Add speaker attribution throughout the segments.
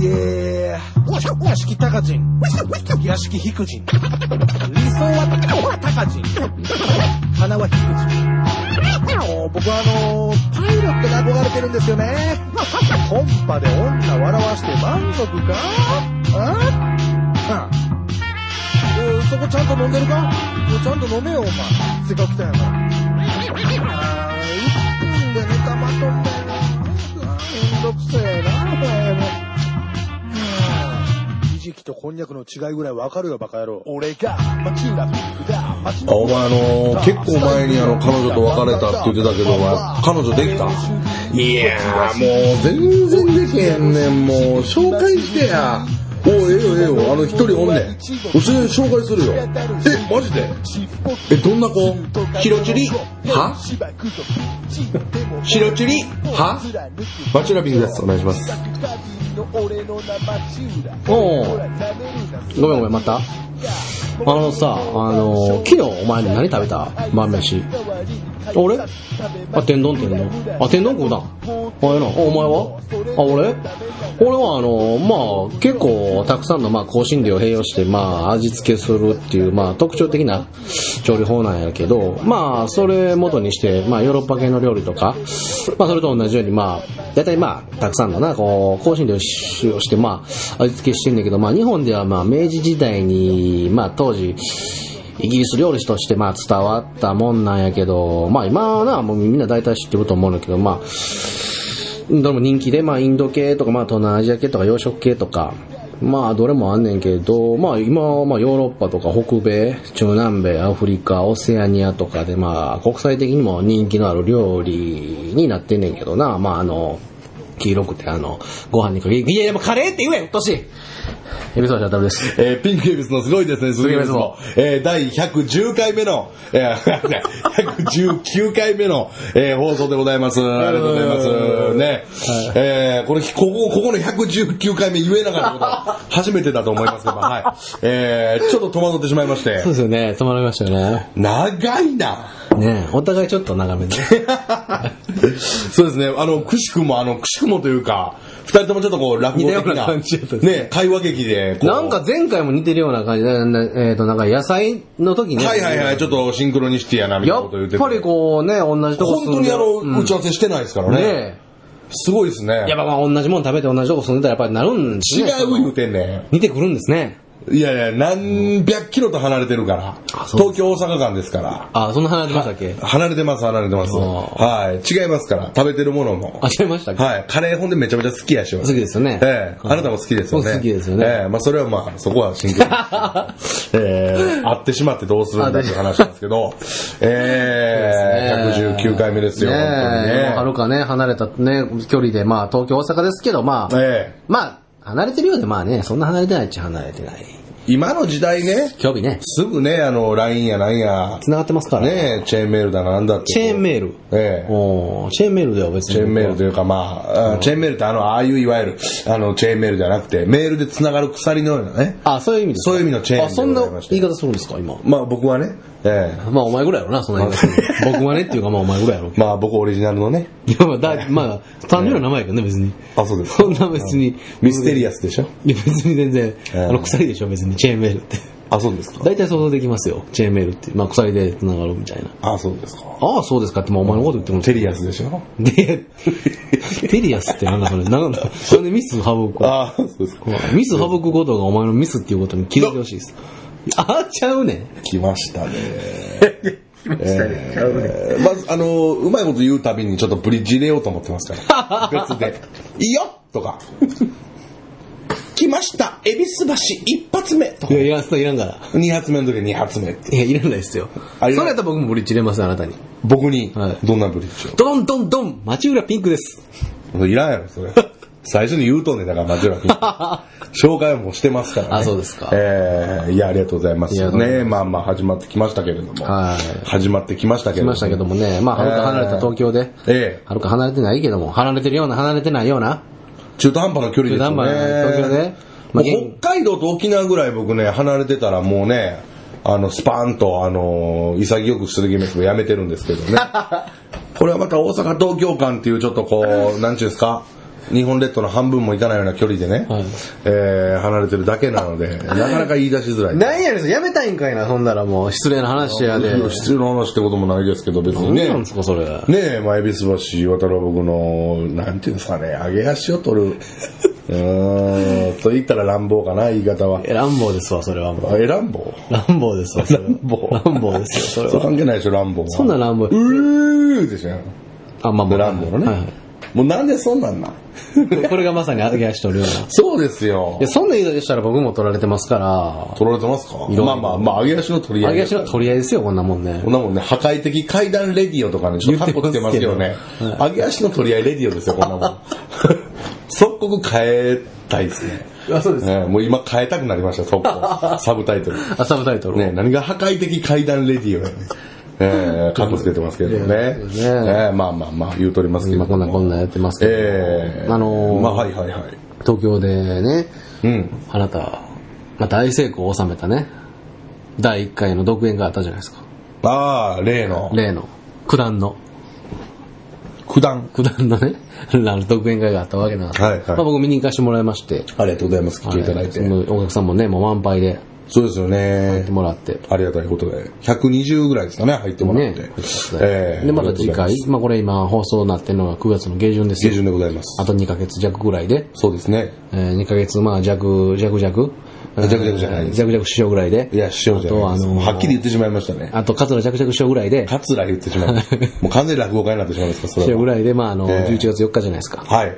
Speaker 1: イエー屋敷高人屋敷低人理想は高人鼻は低人僕はあのパイロットに憧れてるんですよねコンパで女笑わして満足かあ、うんうん、そこちゃんと飲んでるかちゃんと飲めよお前せっかく来たんやからあー1分でネタまとめめんどくせえなお前もひじきとこんにゃくの違いぐらいわかるよ、バカ野郎。俺が、町になってだ。町
Speaker 2: あお前あのー結構前にあの彼女と別れたって言ってたけどお前彼女できたいやーもう全然できへんねんもう紹介してやおうええよええよあの一人おんねんそれ紹介するよえマジでえどんな子
Speaker 1: 白チュリ
Speaker 2: は
Speaker 1: 白チュリ
Speaker 2: はマチュラピングですお願いします
Speaker 3: おうごめんごめん、またあのさ、あの、昨日お前何食べた晩飯。俺あ、天丼天丼。あ、天丼食うたん。あ、ええな。あお前はあ、俺俺はあの、まあ、結構たくさんの、まあ、香辛料を併用して、まあ、味付けするっていう、まあ、特徴的な調理法なんやけど、まあ、それ元にして、まあ、ヨーロッパ系の料理とか、まあ、それと同じように、まあ、大体まあ、たくさんのな、こう、香辛料を使用して、まあ、味付けしてんだけど、まあ、日本ではまあ、明治時代に、まあ、当時、イギリス料理師としてまあ伝わったもんなんやけど、まあ今はな、もうみんな大体知ってると思うんだけど、まあ、どれも人気で、まあインド系とか、まあ東南アジア系とか洋食系とか、まあどれもあんねんけど、まあ今はまあヨーロッパとか北米、中南米、アフリカ、オセアニアとかでまあ国際的にも人気のある料理になってんねんけどな、まああの、黄色くてあの、ご飯にかけ、いやいやもうカレーって言えよ、うっとうしい。エビソーシャタルです。
Speaker 2: えーピンクエビスのすごいですね、鈴木エビスの、えー第110回目の、えー119回目の、えー放送でございます。ありがとうございます。ね。えーこれ、ここ、ここの119回目言えなかったこと、 初めてだと思いますけど、はい。えーちょっと戸惑ってしまいまして
Speaker 3: そう、ですよね、止まりましたよね。
Speaker 2: 長いな。
Speaker 3: ねえお互いちょっと長めで。
Speaker 2: そうですね。あの、くしくも、あの、くしくもというか、二人ともちょっとこう、落語
Speaker 3: 似たよ
Speaker 2: 的
Speaker 3: うな
Speaker 2: な、
Speaker 3: 感じだったですね
Speaker 2: ね、会話劇で、こう
Speaker 3: なんか前回も似てるような感じで、なえっ、と、なんか野菜の時に、
Speaker 2: はいはいはい、ちょっとシンクロニシティやな、みたい
Speaker 3: や
Speaker 2: なこと言っ
Speaker 3: ってぱりこうね、同じとこ
Speaker 2: 本当にあの、打ち合わせしてないですから
Speaker 3: ね
Speaker 2: ね。
Speaker 3: ね
Speaker 2: すごいですね
Speaker 3: え。やっぱまあ同じもん食べて同じとこ住んでたらやっぱりなるんです
Speaker 2: 違
Speaker 3: ね。
Speaker 2: う言うてんね
Speaker 3: 似てくるんですね。
Speaker 2: ん。いやいや、何百キロと離れてるから。
Speaker 3: あそう
Speaker 2: 東京大阪間ですから。
Speaker 3: あ、そんな話しましたっけ
Speaker 2: 離れてます、離れてます。
Speaker 3: あー
Speaker 2: はい。違いますから、食べてるものも
Speaker 3: あ、。違いましたっけ、
Speaker 2: はい。カレー本でめちゃめちゃ好きやし。好
Speaker 3: 好きですよね。
Speaker 2: ええあなたも好きですよね。
Speaker 3: 僕好きですよね
Speaker 2: ええまあそれはまあ、そこは真剣に。 ええ会ってしまってどうするんだっていう話なんですけど、ええ119回目ですよ、
Speaker 3: ねえ
Speaker 2: 本当にね。
Speaker 3: はるかね、離れたね、距離で、まあ東京、大阪ですけど、まあ、
Speaker 2: ええ
Speaker 3: まあ、離れてるようで、まあね、そんな離れてないっちゃ離れてない。
Speaker 2: 今の時代ね、
Speaker 3: 興味ね、
Speaker 2: すぐね、あの、LINE やなんや、
Speaker 3: 繋がってますからね。
Speaker 2: ねえ、チェーンメールだなんだって。
Speaker 3: チェーンメール。
Speaker 2: ええ
Speaker 3: おーチェーンメールでは別に。
Speaker 2: チェーンメールというか、まあ、あチェーンメールってあの、ああいういわゆる、あの、チェーンメールじゃなくて、メールで繋がる鎖のようなね。
Speaker 3: あ、そういう意味ですか
Speaker 2: そういう意味のチェーン
Speaker 3: あ、そ
Speaker 2: で
Speaker 3: んな
Speaker 2: ございまして
Speaker 3: 言い方するんですか、今。
Speaker 2: まあ僕はね、ええ
Speaker 3: まあ、お前ぐらいやろな、そんな言い方。僕はねっていうか、まあ、お前ぐらいやろ。
Speaker 2: まあ僕オリジナルのね。
Speaker 3: いや、まあ、だ、 まあ、単純な名前やけどね、別に。
Speaker 2: あ、そうです
Speaker 3: そ。んな別に。
Speaker 2: ミステリ
Speaker 3: ア。
Speaker 2: アスでしょ
Speaker 3: いや、別に全然、
Speaker 2: ええ
Speaker 3: あの、鎖でしょ、別に、チェーンメールって。
Speaker 2: あ、そうですか。
Speaker 3: 大体想像できますよ、チェーンメールって。まあ、鎖で繋がるみたいな。
Speaker 2: あ、そうですか。
Speaker 3: ああ、そうですかって、まあ、お前のこと言っても。
Speaker 2: テリアスでしょ
Speaker 3: で、テリアスってなんだそれ。なんだそれでミス省く。
Speaker 2: あ、そうですか。
Speaker 3: ミス省くことがお前のミスっていうことに気づいてほしいです。ああ、ちゃうねん。
Speaker 2: 来ま したね。えーまず、あの、うまいこと言うたびにちょっとブリッジ入れようと思ってますから。 別で。いいよとか。来ました恵比寿橋一発目と
Speaker 3: い
Speaker 2: か。
Speaker 3: や、いらん、それいらんから。
Speaker 2: 二発目の時二発目って。
Speaker 3: いや、いらないですよ。そ
Speaker 2: あい
Speaker 3: れ
Speaker 2: らない
Speaker 3: やったら僕もブリッジ入れます、あなたに。
Speaker 2: 僕に
Speaker 3: は、い
Speaker 2: どんなブリッジ
Speaker 3: ドンドンドン町浦ピンクです。
Speaker 2: を。いらんやろ、それ。最初に言うとんねんだから、マジュ ラ君。紹介もしてますからね。
Speaker 3: あそうですか
Speaker 2: えーいや、ありがとうございま
Speaker 3: い
Speaker 2: す。
Speaker 3: やどうも
Speaker 2: ねまあまあ、始まってきましたけれども。
Speaker 3: はい
Speaker 2: 始まってきましたけれ
Speaker 3: 来
Speaker 2: ど
Speaker 3: ましたけどもね、まあ、はるか離れた東京で、
Speaker 2: ええ
Speaker 3: はるか離れてないけども、離れてるような、離れてないような、
Speaker 2: 中途半端な距離ですよね。
Speaker 3: 中途半端な東京ねま
Speaker 2: も
Speaker 3: あ
Speaker 2: う北海道と沖縄ぐらい僕ね、離れてたらもうね、あの、スパーンと、あの、潔くする気もやめて るんですけどね。これはまた大阪東京間っていうちょっとこう、なんちゅうんですか、日本列島の半分も行かないような距離でね、
Speaker 3: はい
Speaker 2: えー離れてるだけなので、なかなか言い出しづらい。
Speaker 3: なんやねん、やめたいんかいな、そんならもう、失礼な話やで。
Speaker 2: 必要な話ってこともないですけど、別にね。
Speaker 3: なんですか、それ。
Speaker 2: ねえ、まあ、恵比寿橋渡る僕の、なんていうんですかね、揚げ足を取 る。うーん、と言ったら乱暴かな、言い方は。
Speaker 3: え、乱暴ですわ、それはもう。
Speaker 2: あえ、乱暴
Speaker 3: 乱暴ですわ、それは。
Speaker 2: 乱暴
Speaker 3: 乱暴ですよ、それ
Speaker 2: そう
Speaker 3: は。
Speaker 2: 関係ないでしょ、乱暴は。
Speaker 3: そんな乱暴。
Speaker 2: うーでしょ。
Speaker 3: あ、まあまあ。
Speaker 2: 乱暴のね。
Speaker 3: はいはい
Speaker 2: もうなんでそんなんなん
Speaker 3: ここれがまさに揚げ足取るような。
Speaker 2: そうですよ
Speaker 3: いや、。そんな言い方したら僕も取られてますから、
Speaker 2: 取られてますか
Speaker 3: いろいろ
Speaker 2: まあまあ、まあ、揚げ足の取り合
Speaker 3: 揚
Speaker 2: い。
Speaker 3: げ足の取り合いですよ、こんなもんね
Speaker 2: こん。なもんね、破壊的階段レディオとかね、ちょっとカッコつけますけどね。揚げ足の取り合いレディオですよ、こんなも ん。即刻変えたいですね。
Speaker 3: あ、そう
Speaker 2: え。ーもう今変えたくなりました、速 攻。サブタイトル。
Speaker 3: あ、サブタイトル。
Speaker 2: ね、何が破壊的階段レディオや ね。えー、カッコつけてますけど
Speaker 3: いや
Speaker 2: ね。
Speaker 3: い
Speaker 2: え
Speaker 3: やね
Speaker 2: ーまあまあまあ、言うとりますけど
Speaker 3: 今
Speaker 2: も。
Speaker 3: こんなこんなやってますけど。
Speaker 2: えー、
Speaker 3: あのー
Speaker 2: まあはいはいはい。
Speaker 3: 東京でね、
Speaker 2: うん。
Speaker 3: あなた、まあ、大成功を収めたね、第1回の独演があったじゃないですか。
Speaker 2: ああ、例の、
Speaker 3: 例の、九段の、
Speaker 2: 九段。
Speaker 3: 九段のね、あの独演会があったわけなんですけど
Speaker 2: はいはい
Speaker 3: まあ、僕見に行かせてもらいまして、
Speaker 2: ありがとうございます、来ていただいて
Speaker 3: は。そのお客さんもね、もう満杯で
Speaker 2: そうですよね
Speaker 3: 来て。もらって、
Speaker 2: ありがたいことで、120ぐらいですかね、入ってもらっ
Speaker 3: ね
Speaker 2: て。、えー
Speaker 3: で、また次
Speaker 2: あ
Speaker 3: 回
Speaker 2: りがとうございます、
Speaker 3: まあ、これ今放送になってるのが9月の下旬です
Speaker 2: 下
Speaker 3: よ。
Speaker 2: 旬でございます。
Speaker 3: あと2ヶ月弱ぐらいで、
Speaker 2: そうですね。
Speaker 3: えー、2ヶ月、まあ、弱、弱弱
Speaker 2: あ弱々じゃないです
Speaker 3: 弱弱師匠ぐらいで。
Speaker 2: いや、師匠じゃないです。
Speaker 3: あとあのー
Speaker 2: はっきり言ってしまいましたね。
Speaker 3: あと、桂弱々師匠ぐらいで、
Speaker 2: 桂言ってしま いました。もう完全に落語家になってしまいました、そ
Speaker 3: 師
Speaker 2: れ
Speaker 3: 匠ぐ
Speaker 2: は。
Speaker 3: らいで、まあ、あの、
Speaker 2: ええ
Speaker 3: 11月4日じゃないですか。
Speaker 2: はい。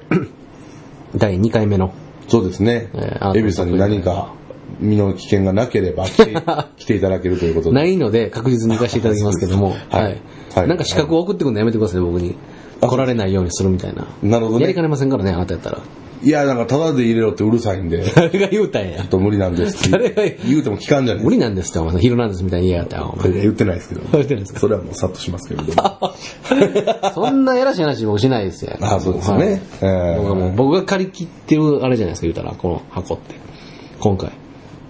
Speaker 3: 第2回目の。
Speaker 2: そうですね
Speaker 3: えーあ。の
Speaker 2: エビさんに何か身の危険がなければ 来て来ていただけるということで。
Speaker 3: ないので、確実に行かせていただきますけども、
Speaker 2: はいはい
Speaker 3: なんか資格を送ってくるのやめてください、僕に。来られないようにするみたいな。
Speaker 2: なるほど
Speaker 3: やりか
Speaker 2: ね。
Speaker 3: ねませんからね、あなたやったら。
Speaker 2: いや、なんかタダで入れろってうるさいんで、ちょ
Speaker 3: 誰が言うたんや
Speaker 2: っ。と無理なんですって
Speaker 3: 誰が
Speaker 2: 言うても聞かんじゃね
Speaker 3: 無理なんですって、お前。ヒルナンデスみたいに言いやがって、お
Speaker 2: え
Speaker 3: 前。
Speaker 2: 言ってないですけど。
Speaker 3: 言ってないですか
Speaker 2: それはもうさっとしますけれども。
Speaker 3: そんなやらしい話もしないですよ。
Speaker 2: あそうですね
Speaker 3: はい
Speaker 2: えー
Speaker 3: 僕がもう僕が借り切ってるあれじゃないですか、言うたら、この箱って。今回。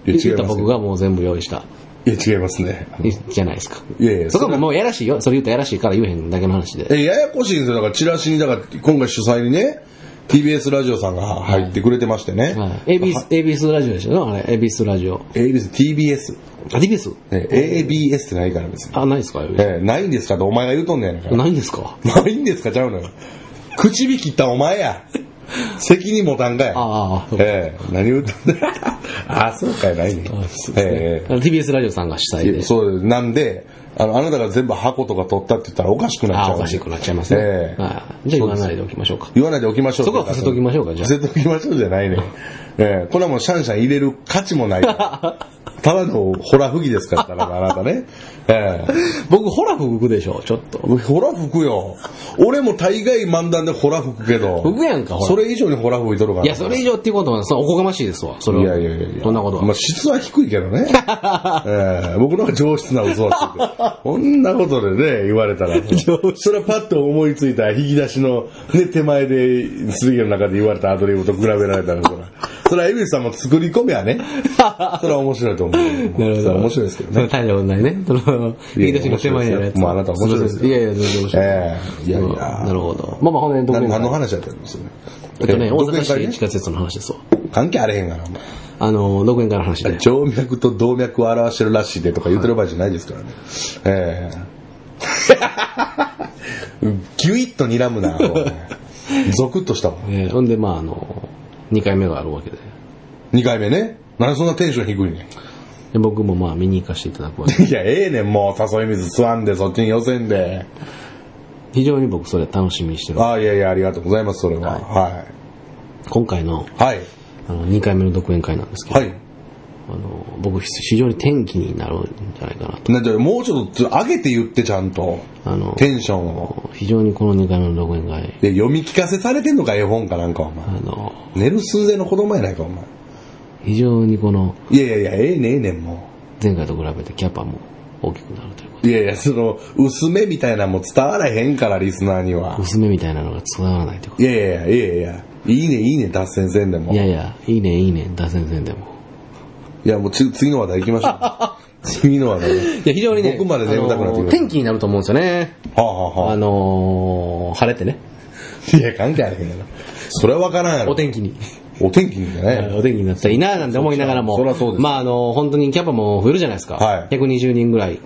Speaker 2: いや違います
Speaker 3: 言
Speaker 2: よ
Speaker 3: った僕がもう全部用意した。
Speaker 2: いや、違いますね。
Speaker 3: いじゃないですか。
Speaker 2: いやいや、
Speaker 3: そこももうやらしいよ。それ言うたらやらしいから言えへんだけの話で。
Speaker 2: え、ややこしいんですよ。だから、チラシに、だから、今回主催にね、TBS ラジオさんが入ってくれてましてね。
Speaker 3: はい。ABS、ABS ラジオでしょあれ、ABS ラジオ。
Speaker 2: ABS、TBS。
Speaker 3: あ、TBS?
Speaker 2: ね ABS ってないからですよ。
Speaker 3: あ、ないですか
Speaker 2: えーないんですかってお前が言うとんねやねんから。
Speaker 3: ないんですか
Speaker 2: ないんですかちゃうのよ。口火切ったお前や。責任持たんかや。
Speaker 3: ああ、そうか
Speaker 2: えー何言うとんねん。 あ、そうかいないねん。えー
Speaker 3: あの TBS ラジオさんが主催で。
Speaker 2: そうですなんで、あの、あなたが全部箱とか取ったって言ったらおかしくなっちゃ
Speaker 3: ああ、
Speaker 2: う。
Speaker 3: おかしくなっちゃいますね。
Speaker 2: ええ
Speaker 3: はいじゃあ言わないでおきましょうか。
Speaker 2: 言わないでおきましょう
Speaker 3: そこは伏せときましょうかじゃあ
Speaker 2: 伏せときましょうじゃないね。ええこれはもうシャンシャン入れる価値 もない。ただのホラ吹きですから、ただのあなたね。 え
Speaker 3: 僕、ホラ吹くでしょ、ちょっと。
Speaker 2: えホラ吹くよ。俺も大概漫談でホラ吹くけど。
Speaker 3: 吹くやんかほら
Speaker 2: それ以上にホラ吹いとるから。
Speaker 3: いや、それ以上っていうことは、そのおこがましいですわ、それは。
Speaker 2: いやいやいやいや
Speaker 3: そんなことは。
Speaker 2: まあ、質は低いけど ね。ええ僕の方が上質な嘘はついてる。こんなことでね、言われたら。それはパッと思いついた引き出しの、ね、手前で、水魚の中で言われたアドリブと比べられたら、 そら。それはエビスさんも作り込みはね。それは面白いと思う。
Speaker 3: なるほ
Speaker 2: それ
Speaker 3: ど。
Speaker 2: は面白いですけどね。
Speaker 3: 大したことないね。その、言い出しが狭いやつ。
Speaker 2: もうあなたは面白いですよ
Speaker 3: いやいや、全然面白い。
Speaker 2: ええいやいや
Speaker 3: なるほど。まあまあ、ほんで、どこ
Speaker 2: 何何の
Speaker 3: か。
Speaker 2: 話だったんですよね。
Speaker 3: えっとね、
Speaker 2: え
Speaker 3: 大阪
Speaker 2: 独演
Speaker 3: 市
Speaker 2: 会
Speaker 3: 地下鉄の話ですわ。
Speaker 2: ね関係あれへんがな、お前。
Speaker 3: あの、独演会の話で。
Speaker 2: 静脈と動脈を表してるらしいでとか言ってる場合じゃないですからね。え えギュイッと睨むな、おいゾクッとしたわ。
Speaker 3: ええほんで、まあ、あの、2回目があるわけで。
Speaker 2: 2回目ね。なんでそんなテンション低いね
Speaker 3: で僕もまあ、見に行かせていただくわけで。
Speaker 2: ん。 いや、ええねん、もう誘い水吸わんで、そっちに寄せんで。
Speaker 3: 非常に僕、それ楽しみにしてる。
Speaker 2: ああ、いやいや、ありがとうございます、それは。は
Speaker 3: 今回の、
Speaker 2: い。はい。
Speaker 3: あの、2回目の独演会なんですけど、
Speaker 2: はい。
Speaker 3: あの、僕、非常に天気になるんじゃないかなと。
Speaker 2: なんで、もうちょっと上げて言って、ちゃんと。
Speaker 3: あの、
Speaker 2: テンションを。
Speaker 3: 非常にこの2回目の独演会、
Speaker 2: で、読み聞かせされてんのか、絵本かなんか、お
Speaker 3: あ
Speaker 2: 前。
Speaker 3: の、
Speaker 2: 寝る寸前の子供やないか、お前。
Speaker 3: 非常にこの
Speaker 2: いやいやいや、ええねん、ええねん、もう。
Speaker 3: 前回と比べてキャパも大きくなるというこ
Speaker 2: いやいや、その、薄めみたいなのも伝わらへんから、リスナーには
Speaker 3: と。。娘みたいなのがつながらないというこ
Speaker 2: いやいやいや、いやいや、いいね、いいね、脱線せんで
Speaker 3: と。
Speaker 2: も。
Speaker 3: い
Speaker 2: いや、
Speaker 3: やいや、いいね、いいね、打線線でも。
Speaker 2: もうち次の話題行きましょ う。次の話題。
Speaker 3: いや、非常にね、
Speaker 2: 僕まで眠たくなってくる
Speaker 3: あの天気になると思ううんですよね。
Speaker 2: はあはあは
Speaker 3: あのー、晴れてね。
Speaker 2: いや、関係あれへんやろ。それはわからんやろ。
Speaker 3: お天気に。
Speaker 2: お天気にじゃないやろ
Speaker 3: お天気になったらいいななんて思いながらも、
Speaker 2: そりゃそうです
Speaker 3: まああの、本当にキャパも増えるじゃないですか。
Speaker 2: はい
Speaker 3: 120人ぐらい、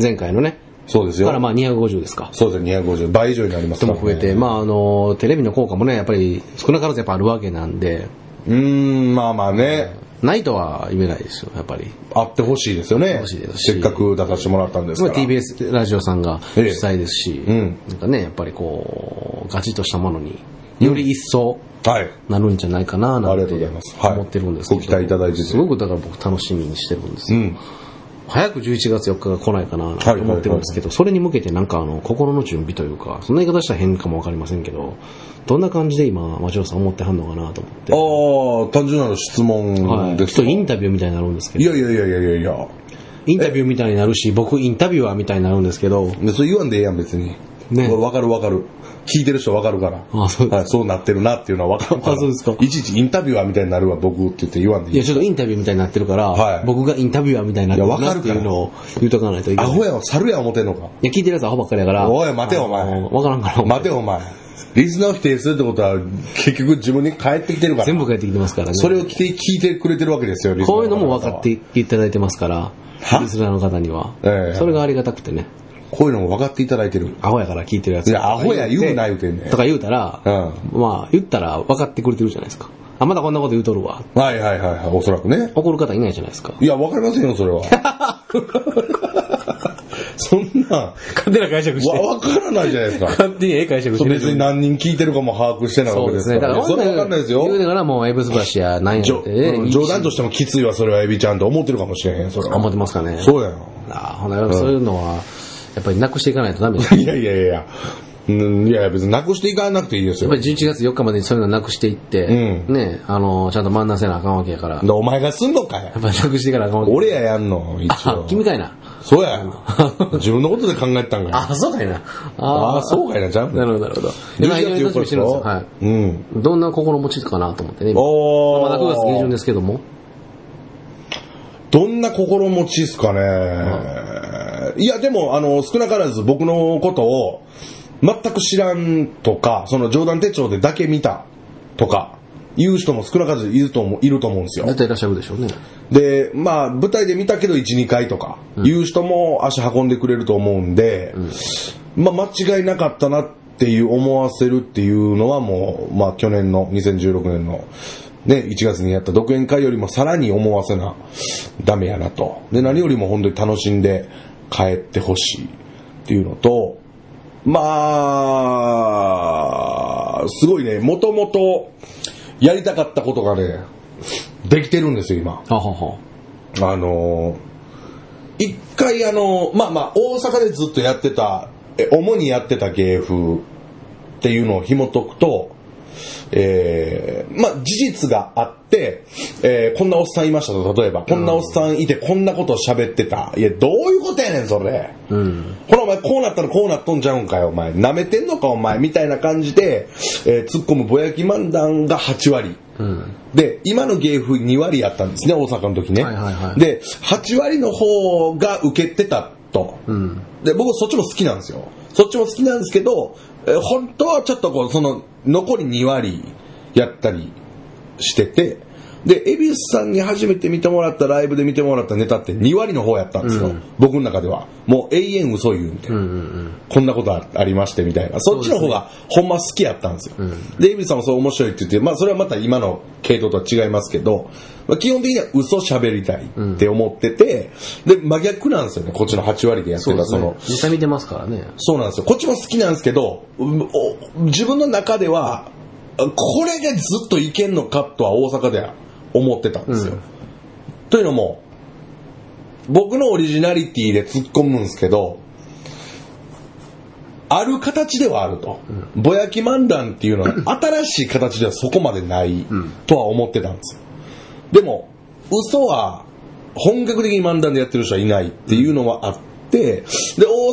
Speaker 3: 前回のね。
Speaker 2: そうですよ。
Speaker 3: からまあ250ですか。
Speaker 2: そうですね、250。倍以上になります
Speaker 3: 人
Speaker 2: から
Speaker 3: も
Speaker 2: ね
Speaker 3: 増えて、まああの、テレビの効果もね、やっぱり少なからずやっぱあるわけなんで、
Speaker 2: うーん、まあまあね。
Speaker 3: ないとは言えないですよ、やっぱり。
Speaker 2: あってほしいですよね。
Speaker 3: ほしいですし
Speaker 2: せっかく出させてもらったんです
Speaker 3: ま
Speaker 2: か
Speaker 3: あ
Speaker 2: ら。。
Speaker 3: TBS ラジオさんが主
Speaker 2: ええ
Speaker 3: 催ですし、
Speaker 2: うん
Speaker 3: なんかね、やっぱりこう、ガチッとしたものに、より一層
Speaker 2: はい。
Speaker 3: なるんじゃないかな
Speaker 2: あ
Speaker 3: な
Speaker 2: り
Speaker 3: ん
Speaker 2: がとうござ
Speaker 3: て
Speaker 2: います。はい。
Speaker 3: 思ってるんですけど、
Speaker 2: ご期待いただいて
Speaker 3: すごくだから僕楽しみにしてるんです
Speaker 2: う
Speaker 3: よ。
Speaker 2: ん。
Speaker 3: 早く11月4日が来ないかなと思ってるんですけど、それに向けてなんかあの、心の準備というか、そんな言い方したら変かもわかりませんけど、どんな感じで今、町尾さん思ってはんのかなと思って。
Speaker 2: ああ、単純なる質
Speaker 3: はい。
Speaker 2: 問
Speaker 3: ち
Speaker 2: で
Speaker 3: ょっ
Speaker 2: すか、
Speaker 3: とインタビューみたいになるんですけ
Speaker 2: い
Speaker 3: ど、
Speaker 2: やいやいやいやいやいや。
Speaker 3: インタビューみたいになるし、僕インタビュアーみたいになるんですけど、
Speaker 2: でそれ言わんでええやん、別に。
Speaker 3: ね
Speaker 2: わかるわかる。聞いてる人わかるから。
Speaker 3: あそうです
Speaker 2: はい、そうなってるなっていうのはわかるから。
Speaker 3: あそうですか
Speaker 2: いちいちインタビュアーみたいになるわ、僕って言って言わんでい
Speaker 3: い
Speaker 2: い。
Speaker 3: や、ちょっとインタビューみたいになってるから、
Speaker 2: はい
Speaker 3: 僕がインタビュアーみたいになって
Speaker 2: いやわか
Speaker 3: るな
Speaker 2: る
Speaker 3: っ
Speaker 2: か
Speaker 3: て
Speaker 2: ら
Speaker 3: いうのを言うとかないといけ
Speaker 2: ア
Speaker 3: ない。
Speaker 2: ホやん、猿や思てんのか。
Speaker 3: いや、聞いてるやつアホばっかりやから。
Speaker 2: おい待てよお前
Speaker 3: あのわからんから。
Speaker 2: 待てよお前。リスナーを否定するってことは、結局自分に返ってきてるから。
Speaker 3: 全部帰ってきてますからね。
Speaker 2: それを聞いて聞いてくれてるわけですよ、リスナー
Speaker 3: こ
Speaker 2: の
Speaker 3: ういう
Speaker 2: 方
Speaker 3: の
Speaker 2: 々は
Speaker 3: も分かっていただいてますから
Speaker 2: は、
Speaker 3: リスナーの方には。
Speaker 2: ええ
Speaker 3: それがありがたくてね。
Speaker 2: こういうのも分かっていただいてる。
Speaker 3: アホやから聞いてるやつ。
Speaker 2: いや、アホや言うな言うてんねん
Speaker 3: と。か言うたら、
Speaker 2: う
Speaker 3: まあ、言ったら分かってくれてるじゃないですか。あ、まだこんなこと言うとるわ。
Speaker 2: はいはいはいはい、おそらくね。
Speaker 3: 怒る方いないじゃないですか。
Speaker 2: いや、わかりませんよ、 それは。そんな、
Speaker 3: 勝手な解釈
Speaker 2: わ、。わからないじゃないですか。
Speaker 3: 勝手にええ解釈
Speaker 2: そう別に何人聞いてるかも把握してないわ
Speaker 3: そう
Speaker 2: け
Speaker 3: で
Speaker 2: ですす
Speaker 3: ね。
Speaker 2: から、ね。それはわかんないですよ
Speaker 3: 言う。てからもう、エブス橋や何
Speaker 2: じ
Speaker 3: や
Speaker 2: ょ
Speaker 3: ってね
Speaker 2: うん冗談としてもきついわ、それはエビちゃんと思ってるかもしれへん、それは。
Speaker 3: 思ってますかね。
Speaker 2: そうやよ。
Speaker 3: あほな、そういうのは、やっぱりなくしていかないとダメです。やっ
Speaker 2: いやいやいや。うんいや、別になくしていかなくていいですよ
Speaker 3: ぱ。り11月4日までにそういうのなくしていって、
Speaker 2: う
Speaker 3: ね、あの、ちゃんと真ん中せなあかんわけやから、やっ
Speaker 2: でお前がすんのかや。
Speaker 3: ぱりなくしていかなあかんわけ。
Speaker 2: 俺ややんの、一
Speaker 3: あ
Speaker 2: 応、。
Speaker 3: 君かいな。
Speaker 2: そうや。 自分のことで考えてたんかい。
Speaker 3: あ、そうかいな。
Speaker 2: ああ、そうかいな、ちゃんと
Speaker 3: な。るほど、なるほど。
Speaker 2: 11
Speaker 3: まあいろいろ
Speaker 2: 月4日
Speaker 3: 楽
Speaker 2: でし
Speaker 3: しみにし
Speaker 2: て
Speaker 3: るん
Speaker 2: ょ
Speaker 3: ですよ。はい。
Speaker 2: うん。
Speaker 3: どんな心持ちかなと思ってね。今
Speaker 2: お。
Speaker 3: まだ9月下旬ですすけども。
Speaker 2: どんな心持ちですかね。いや、でも、あの、少なからず僕のことを全く知らんとか、その冗談手帳でだけ見たとか、いう人も少なからずいると思ういると思うんですよ
Speaker 3: 絶。対いらっしゃるでしょうね。
Speaker 2: で、まあ、舞台で見たけど1、2回とか、いう人も足運んでくれると思うんで、まあ、間違いなかったなっていう思わせるっていうのはもう、まあ、去年の2016年の、ね、1月にやった独演会よりもさらに思わせな、ダメやなと。で、何よりも本当に楽しんで帰ってほしいっていうのと、まあ、すごいね、もともとやりたかったことがね、できてるんですよ、今。
Speaker 3: ははは。
Speaker 2: あのー一回あのーまあまあ、大阪でずっとやってた、え主にやってた芸風っていうのを紐解くと、えーまあ、事実があって、えーこんなおっさんいましたと、例えば、こんなおっさんいてこんなこと喋ってた。いや、どういうことやねん、それ。
Speaker 3: うん。
Speaker 2: ほらお前こうなったらこうなっとんちゃうんかよお前舐めてんのかお前みたいな感じで、えー突っ込むぼやき漫談が8割
Speaker 3: うん。
Speaker 2: で今の芸風2割やったんですね大阪の時ね、
Speaker 3: はいはいはい
Speaker 2: で8割の方が受けてたと、
Speaker 3: うん。
Speaker 2: で僕そっちも好きなんですよそっちも好きなんですけど、えー本当はちょっとこうその残り2割やったりしててで恵比寿さんに初めて見てもらったライブで見てもらったネタって2割の方やったんですよ、
Speaker 3: うん
Speaker 2: 僕の中ではもう永遠嘘言うみたい
Speaker 3: うんう
Speaker 2: な、
Speaker 3: んうん。
Speaker 2: こんなことあありましてみたいな。そっちの方がほんま好きやったんですよ。でエビさんもそう面白いって言って、まあそれはまた今の系統とは違いますけど、まあ、基本的には嘘喋りたいって思ってて、で、真逆なんですよね。こっちの8割でやって
Speaker 3: そう
Speaker 2: た
Speaker 3: で
Speaker 2: そ
Speaker 3: すね
Speaker 2: の。。
Speaker 3: 実際見てますからね。
Speaker 2: そうなんですよ。こっちも好きなんですけど、うんお自分の中では、これがずっといけんのかとは大阪では思ってたんですよ。
Speaker 3: うん
Speaker 2: というのも、僕のオリジナリティで突っ込むんですけど、ある形ではあると、ぼやき漫談っていうの は新しい形ではそこまでないとは思ってたんですよでも嘘は本格的に漫談でやってる人はいないっていうのはあってで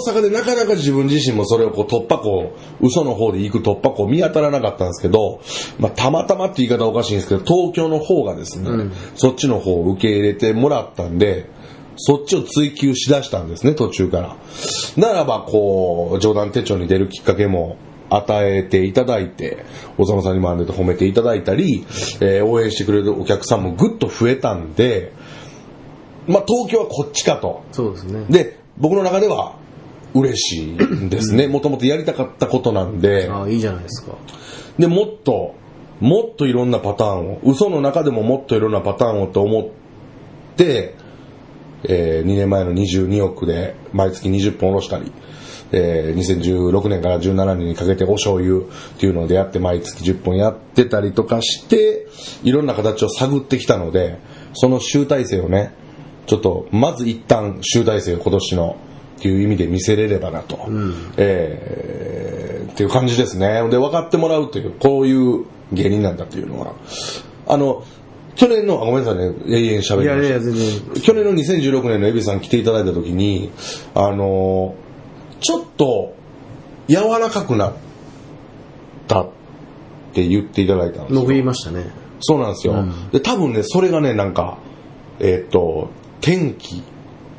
Speaker 2: 大阪でなかなか自分自身もそれをこう突破口嘘の方で行く突破口見当たらなかったんですけど、まあ、たまたまって言い方はおかしいんですけど東京の方がですね、
Speaker 3: うん
Speaker 2: そっちの方を受け入れてもらったんでそっちを追求しだしたんですね、途中から。ならば、こう、冗談手帳に出るきっかけも与えていただいて、小沢さんにもあれで褒めていただいたり、えー応援してくれるお客さんもぐっと増えたんで、まあ東京はこっちかと。
Speaker 3: そうですね。
Speaker 2: で、僕の中では嬉しいんですね。もともとやりたかったことなんで。
Speaker 3: ああ、いいじゃないですか。
Speaker 2: で、もっと、もっといろんなパターンを、嘘の中でももっといろんなパターンをと思って、えー2年前の22億で毎月20本おろしたり、えー2016年から17年にかけてお醤油っていうのでやって毎月10本やってたりとかして、いろんな形を探ってきたので、その集大成をね、ちょっと、まず一旦集大成を今年のっていう意味で見せれればなと、えーっていう感じですね。で、分かってもらうという、こういう芸人なんだっていうのは、あの、去年の、あごめんなさいね、永遠喋りま
Speaker 3: い
Speaker 2: した。
Speaker 3: やいや、全然。
Speaker 2: 去年の2016年のエビさん来ていただいた時にあのちょっと柔らかくなったって言っていただいたんです
Speaker 3: 伸
Speaker 2: よ
Speaker 3: びましたね。
Speaker 2: そうなんですよ、
Speaker 3: うん
Speaker 2: で多分ねそれがねなんかえっ、と天気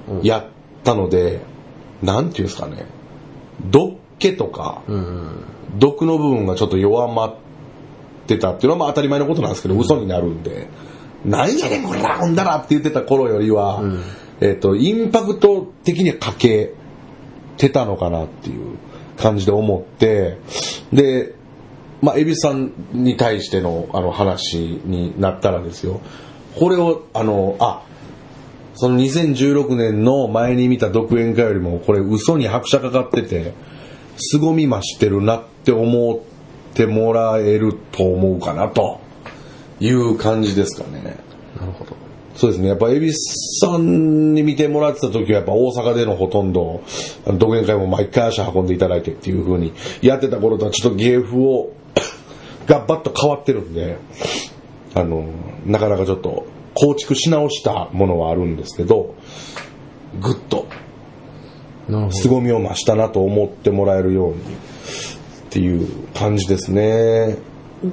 Speaker 3: うん
Speaker 2: やったので、なんていうんですかねどっけとか、
Speaker 3: うんうん。
Speaker 2: 毒の部分がちょっと弱まってたっていうのはまあ当たり前のことなんですけど、嘘になるんで、何やねんこれな、ほんだらって言ってた頃よりは、
Speaker 3: うん
Speaker 2: えっ、と、インパクト的には欠けてたのかなっていう感じで思って、で、まあ、エビさんに対してのあの話になったらですよ、これを、あの、あ、その2016年の前に見た独演会よりも、これ嘘に拍車かかってて、凄み増してるなって思ってもらえると思うかなという感じですかね。
Speaker 3: なるほど。
Speaker 2: そうですね。やっぱ、恵比寿さんに見てもらってた時は、やっぱ大阪でのほとんど、あの独演会も毎回足運んでいただいてっていう風に、やってた頃とはちょっと芸風を、がバッと変わってるんで、あの、なかなかちょっと、構築し直したものはあるんですけど、ぐっと
Speaker 3: なるほど。
Speaker 2: 凄みを増したなと思ってもらえるようにっていう感じですね。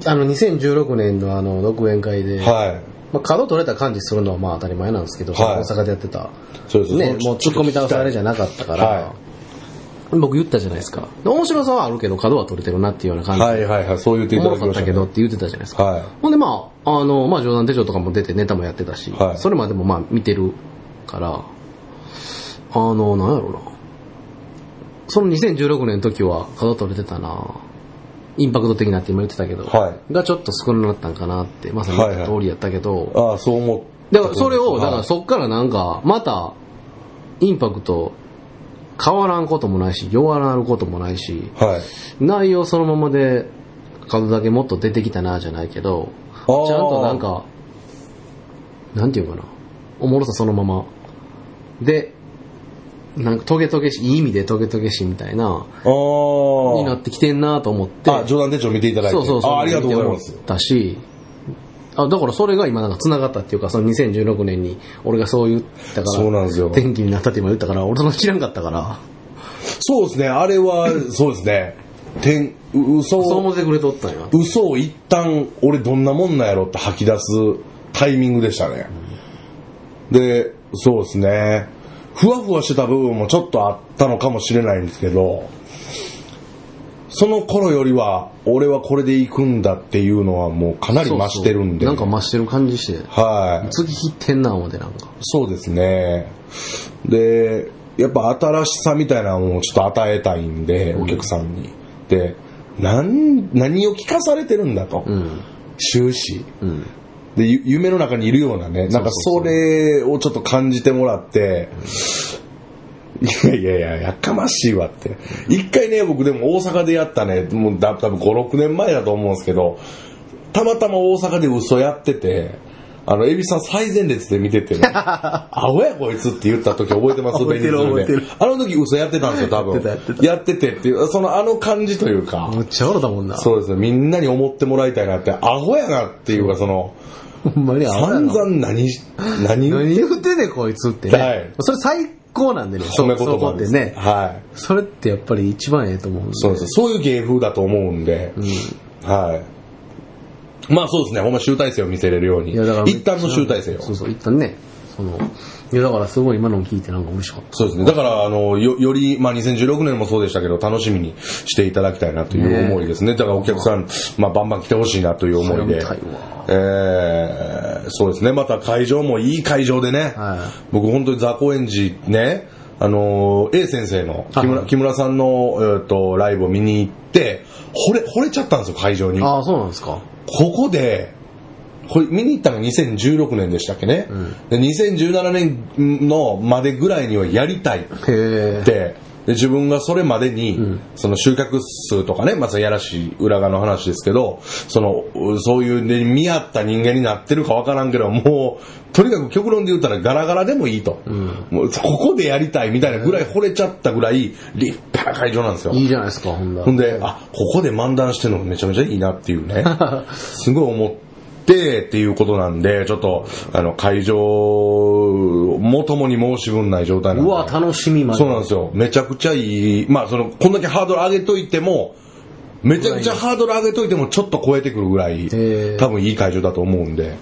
Speaker 3: あの、2016年のあの、独演会で、
Speaker 2: はい。
Speaker 3: まあ、角取れた感じするのはまあ当たり前なんですけど、
Speaker 2: はい
Speaker 3: 大阪でやってた。
Speaker 2: そうです
Speaker 3: ね、もう突っ込み倒されじゃ
Speaker 2: な
Speaker 3: なかったから、
Speaker 2: は
Speaker 3: 僕言ったじゃないですか。で面白さはあるけど、角は取れてるなっていうような感じ。
Speaker 2: はいはいはい、そう言ってい
Speaker 3: お
Speaker 2: た
Speaker 3: も
Speaker 2: だ
Speaker 3: ろ
Speaker 2: き
Speaker 3: か
Speaker 2: ました
Speaker 3: った
Speaker 2: ね
Speaker 3: けどって言ってたじゃないですか。
Speaker 2: はい
Speaker 3: ほんでまあ、あの、まあ冗談手帳とかも出てネタもやってたし、
Speaker 2: はい
Speaker 3: それまでもまあ見てるから、あの、なんやろうな。その2016年の時は角取れてたなインパクト的なって今言ってたけど、
Speaker 2: は
Speaker 3: がちょっと少なくなったんかなって、まさに言った通りやったけど、
Speaker 2: ああ、そう思っ
Speaker 3: だからそれを、
Speaker 2: はい
Speaker 3: だからそっからなんか、また、インパクト、変わらんこともないし、弱なることもないし、
Speaker 2: はい。
Speaker 3: 内容そのままで、数だけもっと出てきたな、じゃないけど、
Speaker 2: あ
Speaker 3: ちゃ
Speaker 2: ー
Speaker 3: んとなんか、なんていうかな、おもろさそのまま。で、なんかトゲトゲしい、いい意味でトゲトゲしいみたいな、にな
Speaker 2: あ
Speaker 3: ってきてんなと思って、
Speaker 2: あ。あ、冗談手帳見ていただいて。
Speaker 3: そうそうそう。
Speaker 2: あありがとうございます
Speaker 3: 思。ったし、あだからそれが今なんか繋がったっていうか、その2016年に俺がそう言ったから、
Speaker 2: そうなんですよ
Speaker 3: 天気になったって今言ったから、俺その知らんかったから、
Speaker 2: そうですね、あれは、そうですね。天、う嘘
Speaker 3: そう思
Speaker 2: を、
Speaker 3: ってくれとったんや。
Speaker 2: 嘘を一旦、俺どんなもんなんやろって吐き出すタイミングでしたね。で、そうですね。ふわふわしてた部分もちょっとあったのかもしれないんですけど、その頃よりは、俺はこれで行くんだっていうのはもうかなり増してるんで。
Speaker 3: そうそうなんか増してる感じして、
Speaker 2: はい。
Speaker 3: 次切ってんな思ってなんか。
Speaker 2: そうですね。で、やっぱ新しさみたいなのをちょっと与えたいんで、お客さんに。で、なん、何を聞かされてるんだと。
Speaker 3: うん。
Speaker 2: 終始。
Speaker 3: うん。
Speaker 2: で、ゆ夢の中にいるようなね、なんかそれをちょっと感じてもらって、いやいやいや、やかましいわって。一回ね、僕でも大阪でやったね、もうだ多分5、6年前だと思うんですけど、たまたま大阪で嘘やってて、あの、エビさん最前列で見てて ね、アホやこいつって言った時覚えてます
Speaker 3: 覚えてる
Speaker 2: ベニズムで
Speaker 3: 覚えてる
Speaker 2: あの時嘘やってたんですよ、多分。
Speaker 3: やってたやって
Speaker 2: やっててっていう、そのあの感じというか。
Speaker 3: めっちゃおろだもんな。
Speaker 2: そうですね、みんなに思ってもらいたいなって、アホやなっていうか、その、
Speaker 3: ほんまにあ
Speaker 2: 散々何、何
Speaker 3: 何言ってねこいつってね。
Speaker 2: はい
Speaker 3: それ最高なんでね、
Speaker 2: 褒め言
Speaker 3: そこ
Speaker 2: 葉
Speaker 3: っ
Speaker 2: で
Speaker 3: て
Speaker 2: す
Speaker 3: ね。
Speaker 2: はい。
Speaker 3: それってやっぱり一番ええと思うんで。
Speaker 2: そうです。そういう芸風だと思うんで、はい。まあそうですね、ほんま集大成を見せれるように。
Speaker 3: いやだから
Speaker 2: 一旦の集大成を。
Speaker 3: そうそう、一旦ね。この、いやだからすごい今のを聞いてなんか嬉しかった。
Speaker 2: そうですね。だから、あの、よ、より、まあ、2016年もそうでしたけど、楽しみにしていただきたいなという思いですね。だからお客さん、まあ、バンバン来てほしいなという思いで
Speaker 3: それ見たいわ。
Speaker 2: えー、そうですね。また会場もいい会場でね。
Speaker 3: は
Speaker 2: 僕本当にザコエンジね、あの、A 先生の、木
Speaker 3: は
Speaker 2: 村
Speaker 3: い
Speaker 2: 木村さんの、えー、とライブを見に行って、惚れ、惚れちゃったんですよ、会場に。こ
Speaker 3: ああ、そうなんですか。
Speaker 2: こで、これ見に行ったのが2016年でしたっけね。
Speaker 3: ん
Speaker 2: で2017年のまでぐらいにはやりたい
Speaker 3: へ
Speaker 2: っ
Speaker 3: え。
Speaker 2: てで自分がそれまでに、
Speaker 3: ん
Speaker 2: その集客数とかね、まあ、そのやらしい裏側の話ですけど、その、うそういうね、見合った人間になってるかわからんけど、もう、とにかく極論で言ったらガラガラでもいいと。もうここでやりたいみたいなぐらい惚れちゃったぐらい、立派な会場なんですよ。
Speaker 3: いいじゃないですか、ほんだ
Speaker 2: ほんで、あ、ここで漫談してるのめちゃめちゃいいなっていう ね、すごい思ってっていうことなんで、ちょっと、あの、会場もともに申し分ない状態なん
Speaker 3: う
Speaker 2: で。
Speaker 3: わ、楽しみまで。
Speaker 2: そうなんですよ。めちゃくちゃいい。まあ、その、こんだけハードル上げといても、めちゃくちゃハードル上げといても、ちょっと超えてくるぐらい、
Speaker 3: え
Speaker 2: 多分いい会場だと思うんで、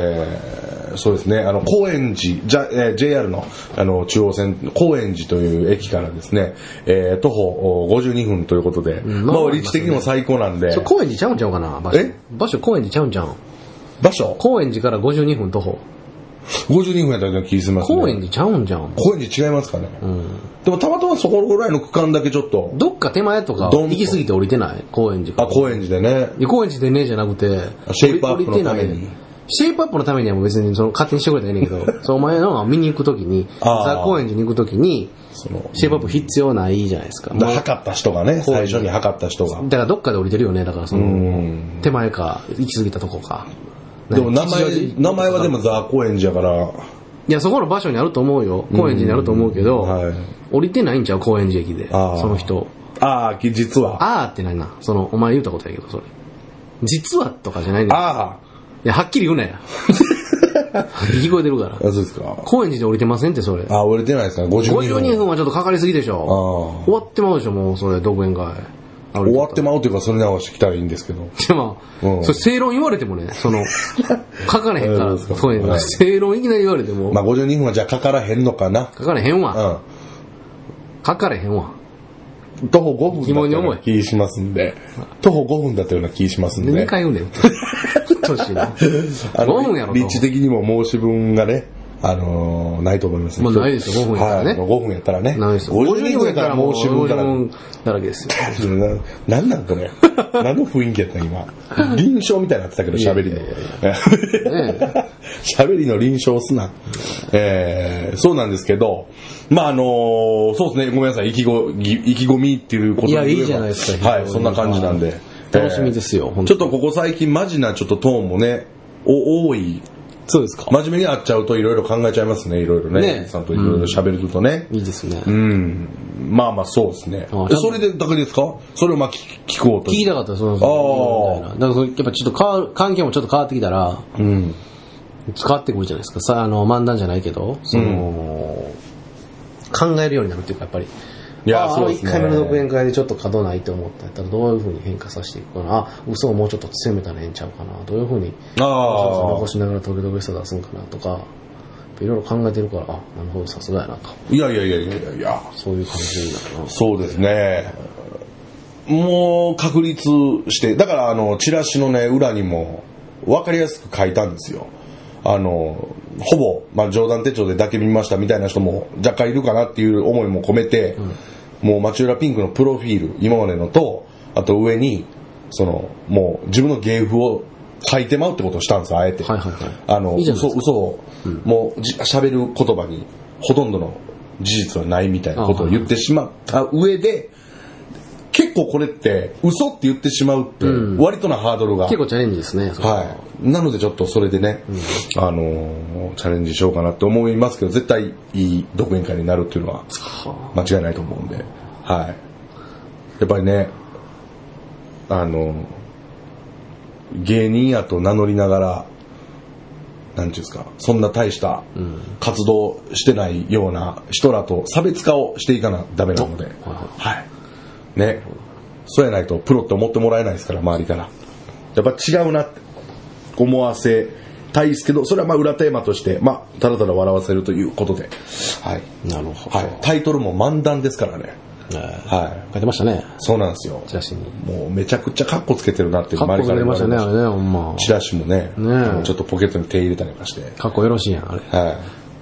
Speaker 2: えーそうですね、あの、高円寺、じゃえー JR のあの中央線、高円寺という駅からですね、えー徒歩お52分ということで、
Speaker 3: ん
Speaker 2: まあ
Speaker 3: まあ、
Speaker 2: 立地的にも最高なんで、
Speaker 3: それ高円寺ちゃうんちゃうかな場所
Speaker 2: え。
Speaker 3: 場所高円寺ちゃうんちゃうん。
Speaker 2: 場所
Speaker 3: 高円寺から52分徒歩。
Speaker 2: ?52 分やったら気しますね。
Speaker 3: 高円寺ちゃうんじゃん。
Speaker 2: 高円寺違いますかね、
Speaker 3: うん。
Speaker 2: でもたまたまそこぐらいの区間だけちょっと、
Speaker 3: どっか手前とか、
Speaker 2: どん
Speaker 3: 行き過ぎて降りてない高円寺か
Speaker 2: あ、
Speaker 3: ら。
Speaker 2: 高円寺でね、
Speaker 3: で高円寺でねじゃなくて、
Speaker 2: シェイプアップのために
Speaker 3: 降りてないシェイプアップのためには別にその勝手にしてくれたらいいねんけど、そうお前の見に行くときに、
Speaker 2: あー
Speaker 3: ザ・高円寺に行くときに、
Speaker 2: その、
Speaker 3: シェイプアップ必要ないじゃないですか。
Speaker 2: だ測った人がね、
Speaker 3: 高
Speaker 2: 最
Speaker 3: 円寺
Speaker 2: 初に測った人が。
Speaker 3: だからどっかで降りてるよね、だからそうの、
Speaker 2: ん。
Speaker 3: 手前か、行き過ぎたとこか。
Speaker 2: でも名前
Speaker 3: 吉祥、寺
Speaker 2: 名前はでもザ・高円寺やから、
Speaker 3: いや、そこの場所にあると思うよ。高円寺にあると思うけど、
Speaker 2: はい。
Speaker 3: 降りてないんちゃう高円寺駅で、
Speaker 2: あー
Speaker 3: その人。
Speaker 2: ああ、き実は。
Speaker 3: あーってないな。その、お前言うたことやけど、それ。実はとかじゃないねんい
Speaker 2: あ
Speaker 3: や、はっきり言うなや。聞こえてるから
Speaker 2: あ。。あ、そうですか。
Speaker 3: 高円寺で降りてませんって、それ。
Speaker 2: あ、売れてないですか ?52 分。
Speaker 3: 52分はちょっとかかりすぎでし
Speaker 2: ああ。
Speaker 3: ょ。終わってまうでしょ、もう、それ、独演会。
Speaker 2: 終わって
Speaker 3: ま
Speaker 2: まうというか、それに合わせてきたらいいんですけど。
Speaker 3: でも、
Speaker 2: うん
Speaker 3: それ正論言われてもね、 その、書かれへんか
Speaker 2: そう
Speaker 3: ら、
Speaker 2: ですか
Speaker 3: そういう
Speaker 2: は
Speaker 3: の。
Speaker 2: い
Speaker 3: 正論いきなり言われても、
Speaker 2: まあ、52分はじゃあかからへんのかな。
Speaker 3: 書かれへんわ。
Speaker 2: う
Speaker 3: 書かれへんわ。
Speaker 2: ん。徒歩5分だった
Speaker 3: 疑問に
Speaker 2: よう
Speaker 3: 思
Speaker 2: な
Speaker 3: え
Speaker 2: 気しますんで。徒歩5分だったような気しますん
Speaker 3: で、2
Speaker 2: で。
Speaker 3: 回言う ねん。うっとうしいな。
Speaker 2: あの
Speaker 3: 5分やろと
Speaker 2: 立地的にも申し分がね、あのーないと思います
Speaker 3: もうないですよ5分やったら
Speaker 2: はい
Speaker 3: ね
Speaker 2: あの5分やったらね。
Speaker 3: なんですよ。
Speaker 2: 52分やったら申し分から。
Speaker 3: 分だらけですよ。
Speaker 2: ななんなんこ れ。何の雰囲気やったん今。臨床みたいになってたけど、喋りの。 喋りの臨床すな。えー、そうなんですけど、まああのーそうですね、ごめんなさい、意気ご意気込みっていうことで言えば
Speaker 3: いやいいじゃないですか
Speaker 2: はい、そんな感じなんで。
Speaker 3: 楽しみですよ
Speaker 2: えー
Speaker 3: 本
Speaker 2: ち
Speaker 3: 当
Speaker 2: ょっとここ最近マジなちょっとトーンもね、お多い。
Speaker 3: そうですか。
Speaker 2: 真面目に会っちゃうといろいろ考えちゃいますね、いろいろね。
Speaker 3: ね
Speaker 2: さんといろいろ喋るとね。
Speaker 3: いいですね。
Speaker 2: うん。まあまあそうですね。
Speaker 3: あ
Speaker 2: えそれでだけですかそれをまあ聞聞こうと。
Speaker 3: 聞いたかったらその、そのみたいなだからそれやっぱちょっと変わる、環境もちょっと変わってきたら、
Speaker 2: うん。
Speaker 3: 変わってくるじゃないですか。さあ、の、漫談じゃないけど、その、考えるようになるっていうか、やっぱり。
Speaker 2: いや
Speaker 3: あ
Speaker 2: そうですね
Speaker 3: 1回目の独演会でちょっと角ないと思ったんやったら、どういうふうに変化させていくかな。あ、嘘をもうちょっと強めたらええんちゃうかな。どういうふうに、
Speaker 2: あ
Speaker 3: 残しながら時々嘘出すんかなとか、やっぱいろいろ考えてるから、あ、なるほど、さすがやなと。
Speaker 2: あ。いやいやいやいやいやいや。
Speaker 3: そういう感じになるな。
Speaker 2: そうですね。もう確立して、だからあの、チラシのね、裏にも分かりやすく書いたんですよ。あの、ほぼ、まあ、冗談手帳でだけ見ましたみたいな人も若干いるかなっていう思いも込めて、もう町浦ピンクのプロフィール、今までのと、あと上に、その、もう自分の芸風を書いてまうってことをしたんですよ、あえて。
Speaker 3: はいはいはい。
Speaker 2: あの、
Speaker 3: いいじゃない
Speaker 2: 嘘
Speaker 3: ですか
Speaker 2: 嘘を、もうじ喋る言葉にほとんどの事実はないみたいなことを言ってしまった上で、結構これって嘘って言ってしまうって
Speaker 3: うん
Speaker 2: 割となハードルが、
Speaker 3: 結構チャレンジですね。それ
Speaker 2: はい。なのでちょっとそれでね、あのーチャレンジしようかなと思いますけど、絶対いい独演会になるっていうのは
Speaker 3: は
Speaker 2: 間違いないと思うんで、はい。やっぱりね、あの、芸人やと名乗りながら、なんていうんですか、そんな大した活動してないような人らと差別化をしていかなダメなので、はい。ね。そうやないとプロって思ってもらえないですから、周りから。やっぱ違うなって思わせたいですけど、それはまあ裏テーマとして、まあ、ただただ笑わせるということで。はい。
Speaker 3: なるほど。
Speaker 2: はい。タイトルも漫談ですからね。
Speaker 3: えー
Speaker 2: はい。
Speaker 3: 書いてましたね。
Speaker 2: そうなんですよ。
Speaker 3: チラシに。
Speaker 2: もうめちゃくちゃカッコつけてるなっていう
Speaker 3: かっこよくなりましたね、あ
Speaker 2: 周りから言われ
Speaker 3: れね、ほんま
Speaker 2: て。チラシもね、
Speaker 3: ねえ
Speaker 2: ちょっとポケットに手入れたりとかして。
Speaker 3: かっこよろしいやん、あれ。
Speaker 2: はい。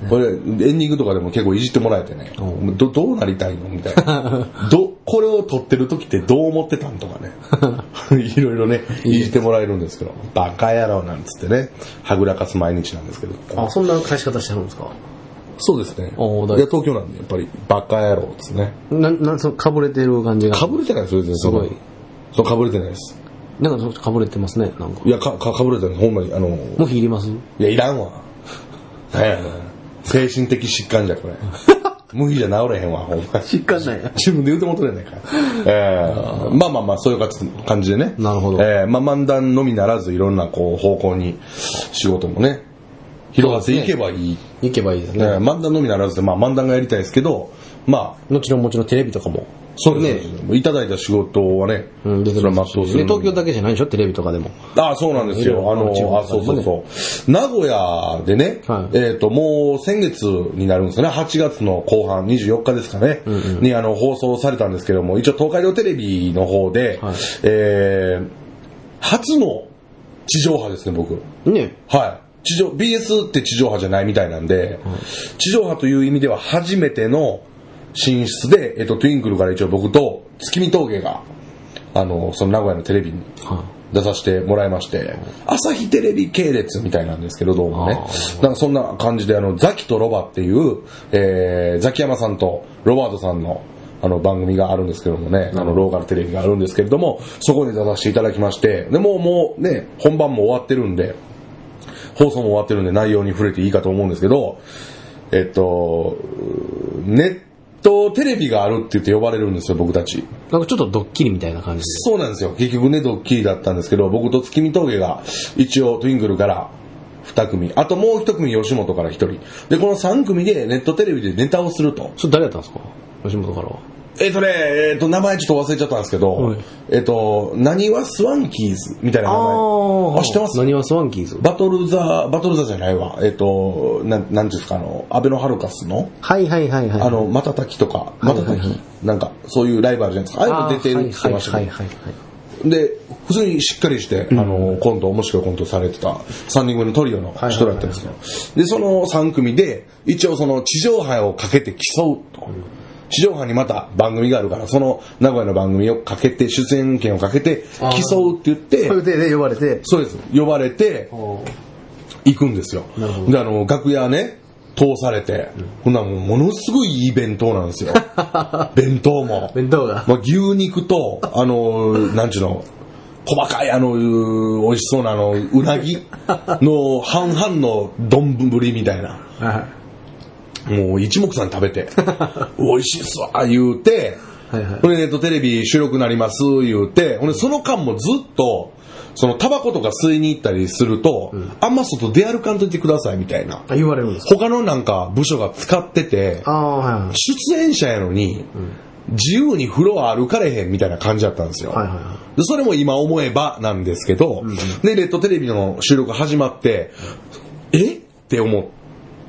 Speaker 2: これ、エンディングとかでも結構いじってもらえてね、どどうなりたいのみたい な。ど、これを撮ってる時ってどう思ってたんとかね。 いろいろね、いじってもらえるんですけど、バカ野郎なんつってね、はぐらかす毎日なんですけど。
Speaker 3: あ、そんな返し方してるんですか
Speaker 2: そうですね。いや、
Speaker 3: おーだい
Speaker 2: 東京なんで、やっぱりバカ野郎ですね。
Speaker 3: なん、なん、その、かぶれてる感じが。
Speaker 2: かぶれてないですよ、全然。す
Speaker 3: ごい。
Speaker 2: そう、かぶれてないです。
Speaker 3: なんかちょっとかぶれてますね、なんか。
Speaker 2: いや、か、かかぶれてないほんまに、あの、
Speaker 3: もう火いります
Speaker 2: いや、いらんわ。なんやねん精神的疾患じゃ、こ れ。無理じゃ治れへんわ、ほんまに。
Speaker 3: 実感ないや。
Speaker 2: 自分で言うても取れないから。えーまあまあまあ、そういう形感じでね。
Speaker 3: なるほど
Speaker 2: えーまあ漫談のみならず、いろんなこう方向に仕事もね、広がっていけばいい。
Speaker 3: 行けばいいです
Speaker 2: えー
Speaker 3: ね。
Speaker 2: 漫談のみならずで、まあ漫談がやりたいですけど、まあ、
Speaker 3: もちろんもちろんテレビとかも。
Speaker 2: そうね、いただいた仕事はね、
Speaker 3: うん、出て
Speaker 2: それ
Speaker 3: る。
Speaker 2: は全うする
Speaker 3: ね東京だけじゃないでしょ、テレビとかでも。
Speaker 2: ああ、そうなんですよ。あの、
Speaker 3: 地方
Speaker 2: あそうそうそう。名古屋でね、
Speaker 3: はい
Speaker 2: えっ、と、もう先月になるんですよね、8月の後半、24日ですかね、
Speaker 3: んうん
Speaker 2: にあの放送されたんですけども、一応東海道テレビの方で、
Speaker 3: はい
Speaker 2: えー初の地上波ですね、僕。
Speaker 3: ね
Speaker 2: はい。地上、BS って地上波じゃないみたいなんで、地上波という意味では初めての進出で、えっ、と、トゥインクルから一応僕と月見峠が、あの、その名古屋のテレビに
Speaker 3: は
Speaker 2: 出させてもらいまして、朝日テレビ系列みたいなんですけど、どうもね
Speaker 3: あ。
Speaker 2: なんかそんな感じで、あの、ザキとロバっていう、えー、ザキヤマさんとロバートさんの、あの番組があるんですけどもね、あのローカルテレビがあるんですけれども、そこに出させていただきまして、でもうもうね、本番も終わってるんで、放送も終わってるんで内容に触れていいかと思うんですけど、えっと、ネットテレビがあるって言って呼ばれるんですよ、僕たち。
Speaker 3: なんかちょっとドッキリみたいな感じで。
Speaker 2: そうなんですよ。結局ね、ドッキリだったんですけど、僕と月見峠が一応トゥインクルから2組、あともう1組吉本から1人。で、この3組でネットテレビでネタをすると。
Speaker 3: それ誰やったんですか吉本からは。
Speaker 2: えっ、とね、えっ、と、名前ちょっと忘れちゃったんですけど、
Speaker 3: はい
Speaker 2: えっ、と、何はスワンキーズみたいな名前。あ、知ってます
Speaker 3: 何はスワンキーズ
Speaker 2: バトルザ、バトルザじゃないわ。えっ、と、なん、なんていうんですか、あの、アベノハルカスの、
Speaker 3: はいはいはいはい。
Speaker 2: あ、の、マタタキとか、
Speaker 3: は
Speaker 2: マ
Speaker 3: いは
Speaker 2: タ
Speaker 3: いはい
Speaker 2: タキ、なんか、そういうライバルじゃないですか。ああいうの出てるって言ってました
Speaker 3: は
Speaker 2: け
Speaker 3: い
Speaker 2: ど
Speaker 3: はいはいはい。
Speaker 2: で、普通にしっかりして、あの、コント、面白いコントされてた、3人組のトリオの人だったんですけど、で、その3組で、一応その地上波をかけて競うと。地上波にまた番組があるから、その名古屋の番組をかけて、出演権をかけて
Speaker 3: あー
Speaker 2: 競うって言って、
Speaker 3: で、で、呼ばれて。
Speaker 2: そうです。呼ばれて、行くんですよ
Speaker 3: なるほ。ど
Speaker 2: で、あの、楽屋ね、通されて、ほんならもうものすごいいい弁当なん ですよ。弁当も。
Speaker 3: 弁当が。
Speaker 2: まあ、牛肉と、あのー、なんちゅうの、細かいあの、うー美味しそうなあの、うなぎの半々の丼みたいな。
Speaker 3: はい
Speaker 2: もう一目散に食べ て、美味しいっすわ、言うて、
Speaker 3: はいはい
Speaker 2: これネットテレビ収録になります、言うて、ほんでその間もずっと、そのタバコとか吸いに行ったりすると、あんま外出歩かんといてくださいみたいな。
Speaker 3: あ。言われるんですか
Speaker 2: 他のなんか部署が使ってて、
Speaker 3: ああ、はいはい。
Speaker 2: 出演者やのに、自由にフロア歩かれへんみたいな感じだったんですよ。
Speaker 3: はいはいは
Speaker 2: でそれも今思えばなんですけど、で、レッドテレビの収録始まって、えって思っ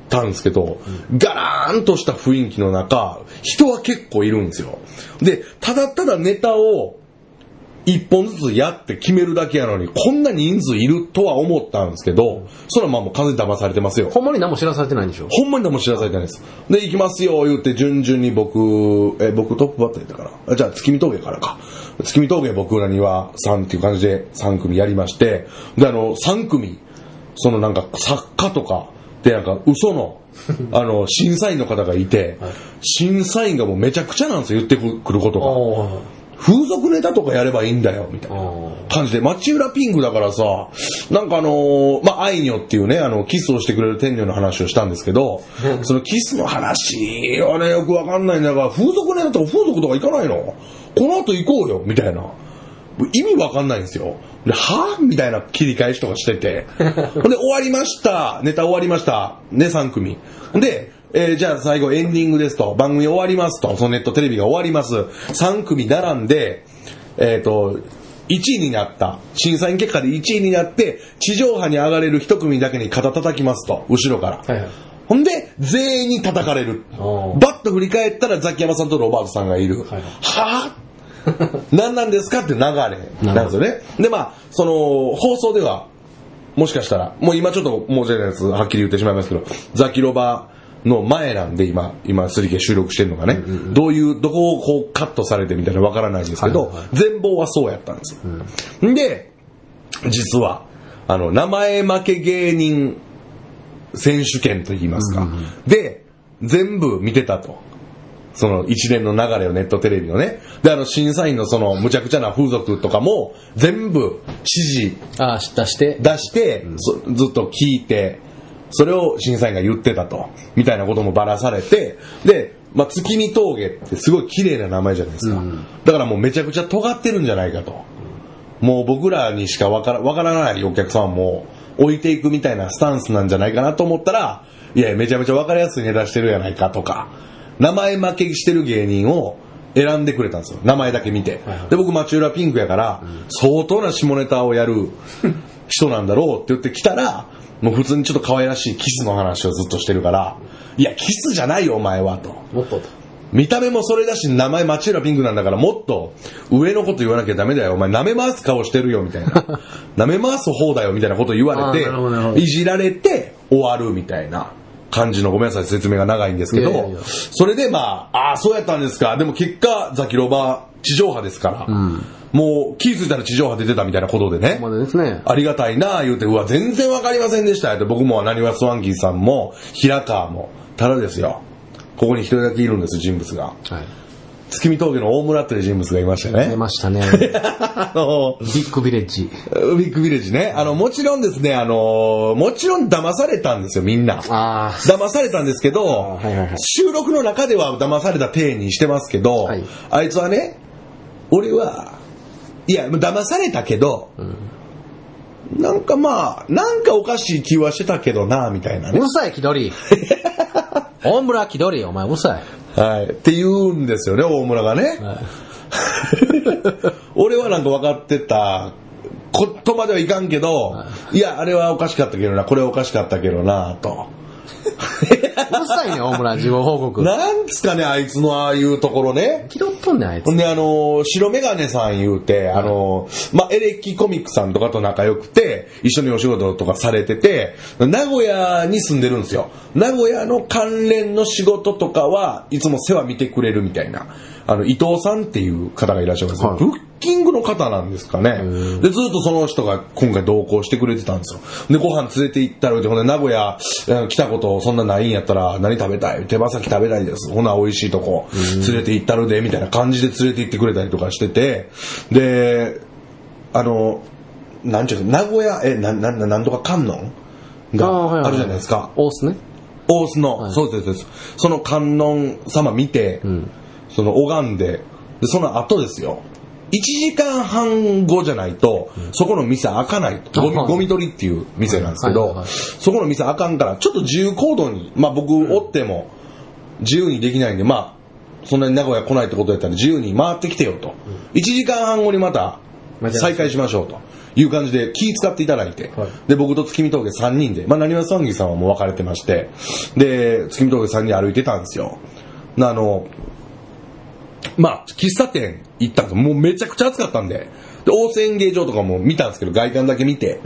Speaker 2: たんですけど、ガラーンとした雰囲気の中、人は結構いるんですよ。で、ただただネタを一本ずつやって決めるだけやのに、こんな人数いるとは思ったんですけど、それはまあもう完全に騙されてますよ。
Speaker 3: ほんまに何も知らされてないんでしょ
Speaker 2: ほんまに何も知らされてないです。で、行きますよ、言って、順々に僕、え、僕トップバッターやったから。あじゃあ、月見峠からか。月見峠僕らには3っていう感じで3組やりまして、で、あの、3組、そのなんか作家とか、で、なんか嘘の、あの、審査員の方がいて、審査員がもうめちゃくちゃなんですよ、言ってくること
Speaker 3: あ
Speaker 2: が。風俗ネタとかやればいいんだよ、みたいな。感じで、町浦ピンクだからさ、なんかあのーまあ、アイニョっていうね、あの、キスをしてくれる天女の話をしたんですけど、そのキスの話はね、よくわかんないんだが、風俗ねだったら風俗とか行かないのこの後行こうよ、みたいな。意味わかんないんですよ。で、はぁみたいな切り返しとかして て。ほんで、終わりました。ネタ終わりました。ね、3組。で、えーじゃあ最後エンディングですと、番組終わりますと、そのネットテレビが終わります。3組並んで、えっ、と、 1位になった。審査員結果で1位になって、地上波に上がれる一組だけに肩叩きますと、後ろから。
Speaker 3: はいはい
Speaker 2: ほんで、全員に叩かれる。
Speaker 3: あー
Speaker 2: バッと振り返ったらザキヤマさんとロバートさんがいる。
Speaker 3: はい
Speaker 2: は ぁ何なんですかって流れなんですよね。で、まあ、その、放送では、もしかしたら、もう今ちょっと申し訳ないです。はっきり言ってしまいますけど、ザキロバの前なんで今、今、スリケ収録してるのがね、どういう、どこをこうカットされてみたいなのわからないんですけど、
Speaker 3: はいはい
Speaker 2: 全貌はそうやったんですよ。で、実は、あの、名前負け芸人選手権といいますか、で、全部見てたと。その一連の流れをネットテレビのね。で、あの審査員のそのむちゃくちゃな風俗とかも全部指示
Speaker 3: ああ、知ったして。
Speaker 2: 出して、そずっと聞いて、それを審査員が言ってたと、みたいなこともばらされて、で、まあ、月見峠ってすごい綺麗な名前じゃないですか。
Speaker 3: うん
Speaker 2: だからもうめちゃくちゃ尖ってるんじゃないかと。もう僕らにしかわからわからないお客さんも置いていくみたいなスタンスなんじゃないかなと思ったら、いや、めちゃめちゃわかりやすいネタしてるやないかとか、名前負けしてる芸人を選んでくれたんですよ。名前だけ見て
Speaker 3: はいはい。
Speaker 2: で、僕、町浦ピンクやから、相当な下ネタをやる人なんだろうって言ってきたら、もう普通にちょっと可愛らしいキスの話をずっとしてるから、いや、キスじゃないよ、お前は、と。
Speaker 3: もっとと。
Speaker 2: 見た目もそれだし、名前町浦ピンクなんだから、もっと上のこと言わなきゃダメだよ。お前、舐め回す顔してるよ、みたいな。 舐め回す方だよ、みたいなこと言われ
Speaker 3: あーなるほどなるほど
Speaker 2: て、いじられて終わるみたいな感じの、ごめんなさい、説明が長いんですけ
Speaker 3: いやいやい
Speaker 2: ど
Speaker 3: や、
Speaker 2: それでまあ、ああ、そうやったんですか。でも結果、ザキロバ、地上波ですから、
Speaker 3: ん
Speaker 2: もう気づいたら地上波出てたみたいなことでね。
Speaker 3: まだですね。
Speaker 2: ありがたいなあ言うて、うわ、全然わかりませんでした。って僕もなにわスワンキーさんも、平川も、ただですよ。ここに一人だけいるんです、人物が。
Speaker 3: はい。
Speaker 2: 月見峠の大村という人物がいました
Speaker 3: 出
Speaker 2: ね。
Speaker 3: ました ね。
Speaker 2: あの、
Speaker 3: ビッグビレッジ。
Speaker 2: ビッグビレッジね。あの、もちろんですね、あの、もちろん騙されたんですよ、みんな。
Speaker 3: ああ。
Speaker 2: 騙されたんですけど
Speaker 3: あーはいはいはい、
Speaker 2: 収録の中では騙された体にしてますけど
Speaker 3: はい、
Speaker 2: あいつはね、俺は、いや、騙されたけど、なんかまあ、なんかおかしい気はしてたけどな、みたいな
Speaker 3: う
Speaker 2: ね。
Speaker 3: るさい、気取り。大村気取り、お前うるさい。
Speaker 2: はい。って言うんですよね、大村がね。 俺はなんか分かってたことまではいかんけど、いや、あれはおかしかったけどな、これはおかしかったけどな、と。
Speaker 3: うるさいね、大村、事後報告。
Speaker 2: なんつかね、あいつのああいうところね。
Speaker 3: 気取っとんねん、あいつ
Speaker 2: ほ。んで、あのー白メガネさん言うて、あのーまあ、エレキコミックさんとかと仲良くて、一緒にお仕事とかされてて、名古屋に住んでるんですよ。名古屋の関連の仕事とかは、いつも世話見てくれるみたいな。あの、伊藤さんっていう方がいらっしゃるんですよ。
Speaker 3: はい
Speaker 2: ブッキングの方なんですかね。
Speaker 3: ー
Speaker 2: で、ずっとその人が今回同行してくれてたんですよ。で、ご飯連れて行ったら、ほんで、名古屋えー来たことそんなないんやったら、何食べたい手羽先食べたいです。ほな、美味しいとこ、連れて行ったるで、みたいな感じで連れて行ってくれたりとかしてて、で、あの、なんちゅうの名古屋、え、な、な、ななんとか観音があるじゃないですか。
Speaker 3: オースね。
Speaker 2: 大須の、
Speaker 3: はい
Speaker 2: そうですそうです。その観音様見て、
Speaker 3: ん
Speaker 2: その拝んで、で、その後ですよ。1時間半後じゃないと、そこの店開かないと。ゴミ
Speaker 3: あはい
Speaker 2: ゴミ取りっていう店なんですけ
Speaker 3: はいはい
Speaker 2: ど
Speaker 3: は、い
Speaker 2: そこの店開かんから、ちょっと自由行動に、まあ僕おっても自由にできないんで、まあ、そんなに名古屋来ないってことやったら自由に回ってきてよと。1時間半後にまた
Speaker 3: 間違いない
Speaker 2: 再開しましょうという感じで気使っていただいて、
Speaker 3: はい
Speaker 2: で、僕と月見峠3人で、まあ、なにわさんぎさんはもう別れてまして、で、月見峠3人で歩いてたんですよ。なあの、まあ、喫茶店行ったんですよもうめちゃくちゃ暑かったんで、で、大瀬演芸場とかも見たんですけど、外観だけ見て、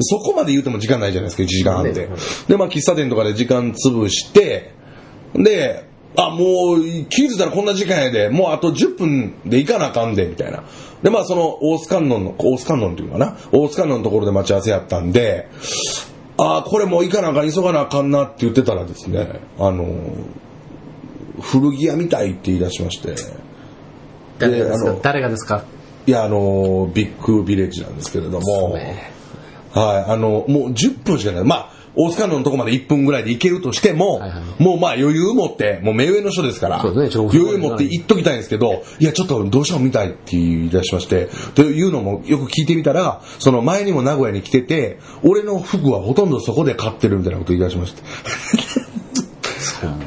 Speaker 2: そこまで言うても時間ないじゃないですか、1時間半で。
Speaker 3: ね
Speaker 2: で、まあ、喫茶店とかで時間潰して、で、あ、もう、気づいたらこんな時間やで、もうあと10分で行かなあかんで、みたいな。で、まあ、その、大須観音の、大須観音っていうのかな大須観音のところで待ち合わせやったんで、あーこれもう行かなあかん、急がなあかんなって言ってたらですね、あのー、古着屋みたいって言い出しまして、
Speaker 3: 誰がです
Speaker 2: あ
Speaker 3: か
Speaker 2: の
Speaker 3: 誰がですか
Speaker 2: いや、あのー、ビッグビレッジなんですけれども、
Speaker 3: ね
Speaker 2: はい、あの、もう10分しかない。まあ、大塚のとこまで1分ぐらいで行けるとしても、
Speaker 3: はいはい
Speaker 2: もうまあ余裕持って、もう目上の人ですから、
Speaker 3: そうですねちょっと
Speaker 2: 余裕持って行っときたいんですけど、いや、ちょっとどうしても見たいって言い出しまして、というのもよく聞いてみたら、その前にも名古屋に来てて、俺の服はほとんどそこで買ってるみたいなこと言い出しまして。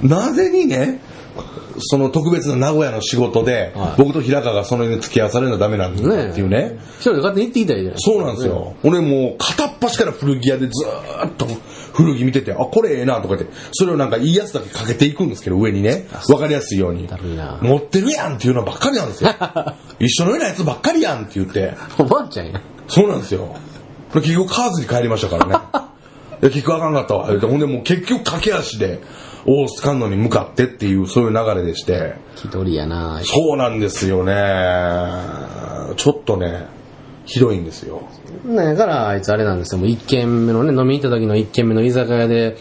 Speaker 2: なぜにね、その特別な名古屋の仕事で、
Speaker 3: はい
Speaker 2: 僕と平川がその辺で付き合わされるのはダメなんだ
Speaker 3: ねえ
Speaker 2: っていうね。
Speaker 3: 一人で勝手に行ってきたらいいじゃない
Speaker 2: そうなんですよ。俺もう片っ端から古着屋でずーっと古着見てて、あ、これええなとか言って、それをなんかいいやつだけかけていくんですけど、上にね。わかりやすいように
Speaker 3: だるいな。
Speaker 2: 持ってるやんっていうのばっかりなん ですよ。一緒のようなやつばっかりやんって言って。
Speaker 3: おばあちゃんや。
Speaker 2: そうなんですよ。結局買わずに帰りましたからね。 いや、結局あかんかったわ。言うてほんでもう結局駆け足で、大須観音に向かってっていう、そういう流れでして。
Speaker 3: 一人やな
Speaker 2: そうなんですよね。ちょっとね、ひどいんですよ。
Speaker 3: だから、あいつあれなんですよ。もう一軒目のね、飲みに行った時の一軒目の居酒屋で、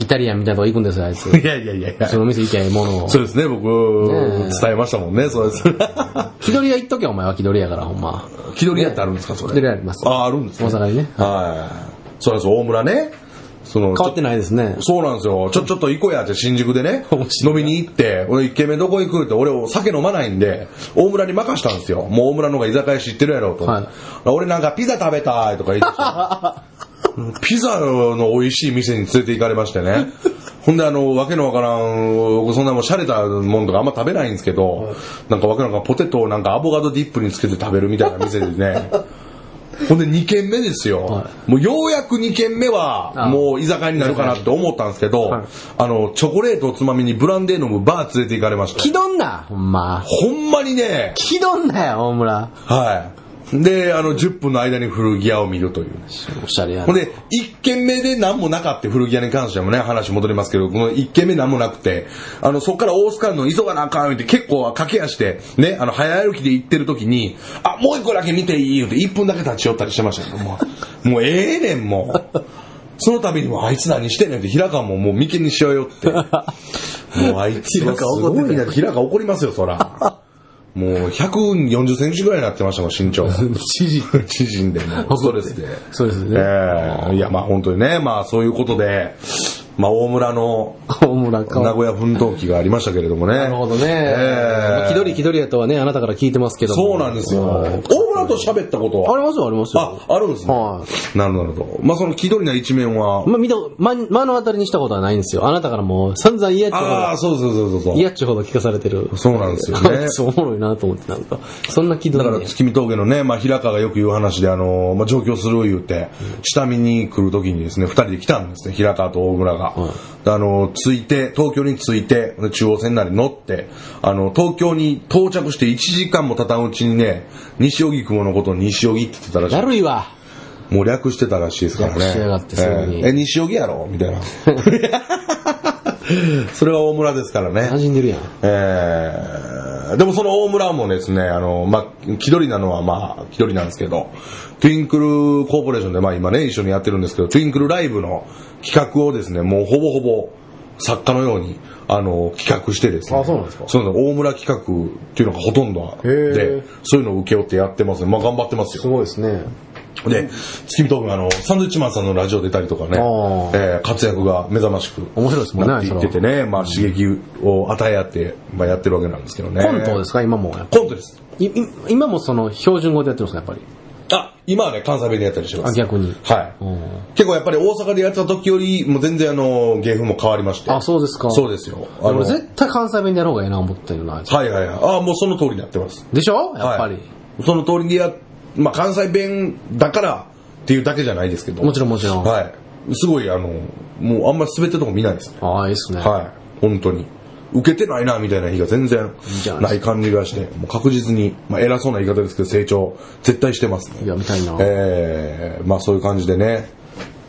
Speaker 3: イタリアンみたいなとこ行くんですよ、あいつ。
Speaker 2: いやいやいやいや。
Speaker 3: その店行きゃいいものを。
Speaker 2: そうですね、僕、
Speaker 3: ねえ
Speaker 2: 伝えましたもんね、そうです。
Speaker 3: 気取り屋行っとけ、お前は気取り屋から、ほんま。
Speaker 2: 気取り屋ってあるんですか、それ。
Speaker 3: 気取り屋あります
Speaker 2: あ、あるんですね
Speaker 3: 大阪にね
Speaker 2: はい。そうなんですよ、大村ね。その、
Speaker 3: 変わってないですね
Speaker 2: ちょ。そうなんですよ。ちょ、ちょっと行こうやって新宿でね
Speaker 3: 面、白
Speaker 2: 飲みに行って、俺一軒目どこ行くって、俺お酒飲まないんで、大村に任したんですよ。もう大村の方が居酒屋知ってるやろうと。
Speaker 3: はい
Speaker 2: 俺なんかピザ食べたいとか言って ピザの美味しい店に連れて行かれましてね。ほんであの、わけのわからん、僕そんなもう洒落たもんとかあんま食べないんですけど、なんかわけのわからんポテトをなんかアボカドディップにつけて食べるみたいな店で ね。ほんで2軒目ですよ。
Speaker 3: は
Speaker 2: もうようやく2軒目は、
Speaker 3: あ
Speaker 2: もう居酒屋になるかなって思ったんですけど、
Speaker 3: はい
Speaker 2: あの、チョコレートをつまみにブランデー飲むバー連れて行かれました。
Speaker 3: 気取んな、ほんま。
Speaker 2: ほんまにね、
Speaker 3: 気取んなよ、大村。
Speaker 2: はい。で、あの、10分の間に古着屋を見るという。
Speaker 3: おしゃれやな
Speaker 2: ほんで、1軒目で何もなかって古着屋に関してもね、話戻りますけど、この1軒目何もなくて、あの、そこから大須間の急がなあかんって結構駆け足で、ね、あの、早歩きで行ってる時に、あ、もう1個だけ見ていい言うて1分だけ立ち寄ったりしてましたけど、もう、もうええねん、もう。その度にもうあいつ何してんねんって、平川ももう眉間にしようよって。もうあいつはすごいな、平川怒りますよ、そら。もう140センチぐらいになってましたもん、身 長。縮ん縮んで、もうストレスで。
Speaker 3: そうですね。
Speaker 2: ええいや、まあ本当にね、まあそういうことで、まあ大村の
Speaker 3: 大村か。
Speaker 2: 名古屋奮闘記がありましたけれどもね。
Speaker 3: なるほどね。
Speaker 2: え
Speaker 3: まあ気取り気取りやとはね、あなたから聞いてますけども
Speaker 2: そうなんですよ。
Speaker 3: はい
Speaker 2: 大村と喋ったこと
Speaker 3: あ
Speaker 2: は
Speaker 3: りますよ、ありますよ。
Speaker 2: あ、あるんですね。
Speaker 3: は
Speaker 2: なるほどなるほど。まあその気取りな一面は、
Speaker 3: まあ、見た、ま、目の当たりにしたことはないんですよ。あなたからもう散々嫌っちゅうほ
Speaker 2: ああ、
Speaker 3: ど、
Speaker 2: そうそうそうそうそう。
Speaker 3: 嫌っちゅうほど聞かされてる。
Speaker 2: そうなんですよね
Speaker 3: そうおもろいなと思って、なんか。そんな気取
Speaker 2: だ
Speaker 3: り
Speaker 2: から
Speaker 3: ね。
Speaker 2: 月見峠のね、まあ、平川がよく言う話で、あのまあ、上京する言うて、下見に来る時にですね、二人で来たんですね、平川と大村が。であの着いて、東京に着いて、で中央線なり乗って、あの、東京に到着して1時間も経たんうちにね、西荻窪のことを西荻って言ってたらし
Speaker 3: だ
Speaker 2: い。
Speaker 3: るいわ。
Speaker 2: もう略してたらしいですからね。
Speaker 3: 略しやがってすぐに
Speaker 2: えええ、西荻やろみ たいな。それは大村ですからね。
Speaker 3: 馴染んでるやん。
Speaker 2: えーでもその大村もですね、あの、まあ、気取りなのはまあ、気取りなんですけど、トゥインクルコーポレーションでまあ今ね、一緒にやってるんですけど、トゥインクルライブの企画をですね、もうほぼほぼ作家のように、あの、企画してですね。
Speaker 3: あそうなんですか
Speaker 2: そうなんです大村企画っていうのがほとんど
Speaker 3: へー
Speaker 2: で、そういうのを請け負ってやってますね。まあ頑張ってますよ。
Speaker 3: ごいですね。
Speaker 2: で、月見トークあの、サンドウィッチマンさんのラジオ出たりとかね、
Speaker 3: あ
Speaker 2: え
Speaker 3: ー
Speaker 2: ー活躍が目覚ましく
Speaker 3: 面白いですもんね
Speaker 2: なっていっててね、まあ刺激を与え合って、まあやってるわけなんですけどね。
Speaker 3: コントですか、今も。
Speaker 2: コントです。
Speaker 3: いい今もその、標準語でやってるんですか、やっぱ
Speaker 2: あ、今はね、関西弁でやったりしてま
Speaker 3: り。あ、
Speaker 2: す。
Speaker 3: 逆に。
Speaker 2: はい。
Speaker 3: うん
Speaker 2: 結構やっぱり大阪でやってた時より、もう全然あの、芸風も変わりまして。
Speaker 3: あ、そうですか。
Speaker 2: そうですよ。あの
Speaker 3: 俺絶対関西弁でやろうがええな、思ってるな、あいつ
Speaker 2: はいはいはい。あもうその通りになってます。
Speaker 3: でしょやっぱり。
Speaker 2: はいその通りにや、まあ関西弁だからっていうだけじゃないですけど。
Speaker 3: もちろんもちろん。
Speaker 2: はい。すごいあの、もうあんまり滑ってるとこ見ないですね。
Speaker 3: ああ、いいっすね。
Speaker 2: はい、本当に。受けてないな、みたいな日が全然
Speaker 3: じゃあ
Speaker 2: ない感じがして、もう確実に、まあ、偉そうな言い方ですけど、成長、絶対してます
Speaker 3: い
Speaker 2: ね。
Speaker 3: や、みたいな。なる
Speaker 2: えー、まあそういう感じでね、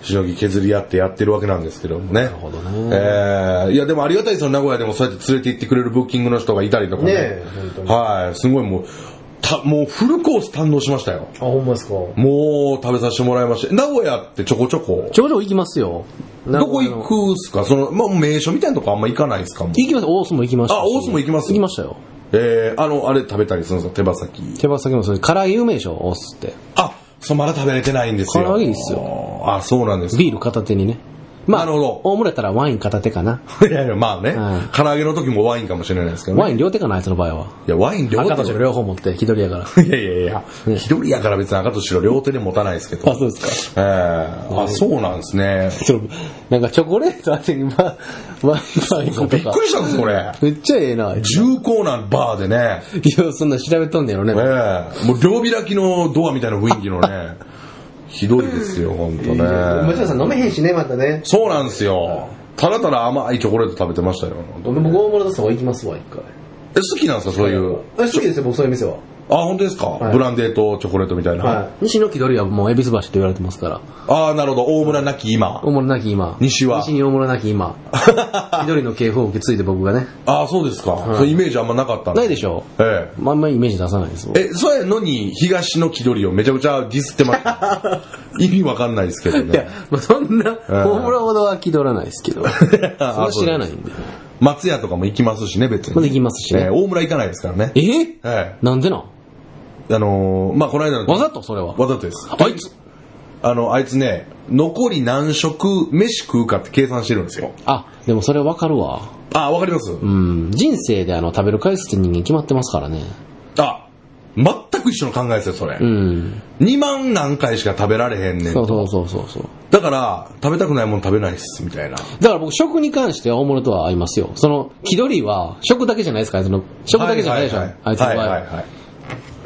Speaker 2: しのぎ削り合ってやってるわけなんですけどもね。なる
Speaker 3: ほどね。
Speaker 2: えー、いやでもありがたいですよ、名古屋でもそうやって連れて行ってくれるブッキングの人がいたりとかね。
Speaker 3: ねえ本当に
Speaker 2: はい、すごいもう、た、もうフルコース堪能しましたよ。
Speaker 3: あ、ほんまですか。
Speaker 2: もう食べさせてもらいました。名古屋ってちょこちょこ。
Speaker 3: 頂上行きますよ。
Speaker 2: どこ行くっすかその、まあ名所みたいなとこあんま行かないですかもう
Speaker 3: 行きます。大須も行きましたし。
Speaker 2: あ大須も行きます
Speaker 3: 行きましたよ。
Speaker 2: えー、あの、あれ食べたりするんですか手羽先。
Speaker 3: 手羽先もそれ、唐揚げ有名でしょ、大須って。
Speaker 2: あ、そう、まだ食べれてないんですよ。
Speaker 3: 唐揚げいいっす
Speaker 2: よ。あ、そうなんですか
Speaker 3: ビール片手にね。まあ、
Speaker 2: なるほど
Speaker 3: 大盛れたらワイン片手かな。
Speaker 2: いやいや、まあね
Speaker 3: うん。
Speaker 2: 唐揚げの時もワインかもしれないですけどね。
Speaker 3: ワイン両手かな、あいつの場合は。
Speaker 2: いや、ワイン両
Speaker 3: 赤
Speaker 2: 手
Speaker 3: と白両方持って、一人や から。
Speaker 2: いやいやいや、一人やから別に赤と白両手で持たないですけど。
Speaker 3: あ、そうですか。
Speaker 2: ええあ、そうなんですね。
Speaker 3: そのなんかチョコレートあてに、ま、ワインワインと
Speaker 2: びっ
Speaker 3: か
Speaker 2: く。りしたんです、これ。
Speaker 3: めっちゃええな。い
Speaker 2: 重厚なバーでね。
Speaker 3: や、そんなん調べとんねやろね。
Speaker 2: ええもう両開きのドアみたいな雰囲気のね、ひどいですよ、ほんと
Speaker 4: もちろん
Speaker 2: ね。
Speaker 4: さ、飲めへんしね、またね。
Speaker 2: そうなんですよ。ただただ甘いチョコレート食べてましたよ。
Speaker 4: 僕、僕大物出す方行きますわ、一回。
Speaker 2: え好きなんですか、そういう。
Speaker 4: え好きですよ、僕、そういう店は。
Speaker 2: あ、本当ですか、
Speaker 4: い
Speaker 2: ブランデーとチョコレートみたいな。
Speaker 4: は
Speaker 3: 西の木取りはもう、恵比寿橋って言われてますから。
Speaker 2: ああ、なるほど。大村なき今。
Speaker 3: 大物なき今。
Speaker 2: 西は
Speaker 3: 西に大物なき 今。一人の系譜を受け継いで僕がね。
Speaker 2: ああ、そうですか。そのイメージあんまなかった
Speaker 3: ないで
Speaker 2: し
Speaker 3: しょ
Speaker 2: ょ。え
Speaker 3: あんまりイメージ出さないですもん
Speaker 2: え。え、そうやのに、東の木取りをめちゃくちゃディスってます。 意味わかんないですけど
Speaker 3: いや
Speaker 2: ね。、
Speaker 3: まあ、そんな、
Speaker 2: うん
Speaker 3: 大村ほどは気取らないですけど。 それは知らないんで。
Speaker 2: 松屋とかも行きますしね、別に。
Speaker 3: まあ行きますしね
Speaker 2: ええ大村行かないですからね。
Speaker 3: え
Speaker 2: はい。
Speaker 3: なんでなん
Speaker 2: あのーまあ、この間の
Speaker 3: わざとそれは。
Speaker 2: わざとです。
Speaker 3: あいつ。
Speaker 2: あの、あいつね、残り何食飯食うかって計算してるんですよ。
Speaker 3: あ、でもそれわかるわ。
Speaker 2: ああ、わかります、
Speaker 3: うん。人生であの、食べる回数って人間決まってますからね。
Speaker 2: あ、全く一緒の考えですよ、それ。
Speaker 3: うん。
Speaker 2: 2万何回しか食べられへんねん
Speaker 3: そうそうそうそうそう。
Speaker 2: だから食べたくないもん食べないっすみたいな
Speaker 3: だから僕、食に関しては大物とは合いますよ。その、気取りは、食だけじゃないですから、その、食だけじゃないでしょ、
Speaker 2: はい
Speaker 3: あ
Speaker 2: はい
Speaker 3: いつの場合。
Speaker 2: はいはいはいはい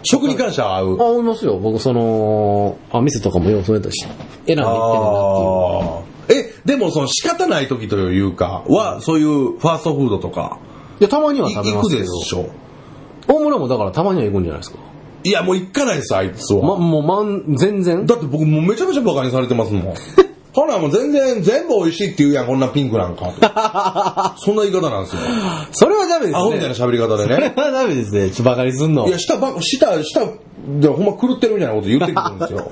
Speaker 2: 食に関しては合う
Speaker 3: あ、思いますよ。僕、その、あ、店とかもようそれたし、えらいの行ってるなっていう。
Speaker 2: あーえでもその仕方ない時というかはそういうファーストフードとか
Speaker 3: いや、たまには食べ
Speaker 2: 行
Speaker 3: ま
Speaker 2: く
Speaker 3: すけ
Speaker 2: で
Speaker 3: ど。
Speaker 2: しょ
Speaker 3: 大村もだからたまには行くんじゃないですか。
Speaker 2: いやもう行かないですあいつ
Speaker 3: ま、
Speaker 2: は
Speaker 3: もう、まん、全然。
Speaker 2: だって僕もうめちゃめちゃバカにされてます もんほらもう全然全部美味しいって言うやんこんなピンクなんか そんな言い方なんですよ
Speaker 3: それはダメで
Speaker 2: ア
Speaker 3: すね。
Speaker 2: ホみたいな喋り方で
Speaker 3: それ
Speaker 2: ね
Speaker 3: はダメですね。ちょ、ばかりすんの。
Speaker 2: いや、舌ば、舌、舌でほんま狂ってるみたいなこと言ってくるんです よ。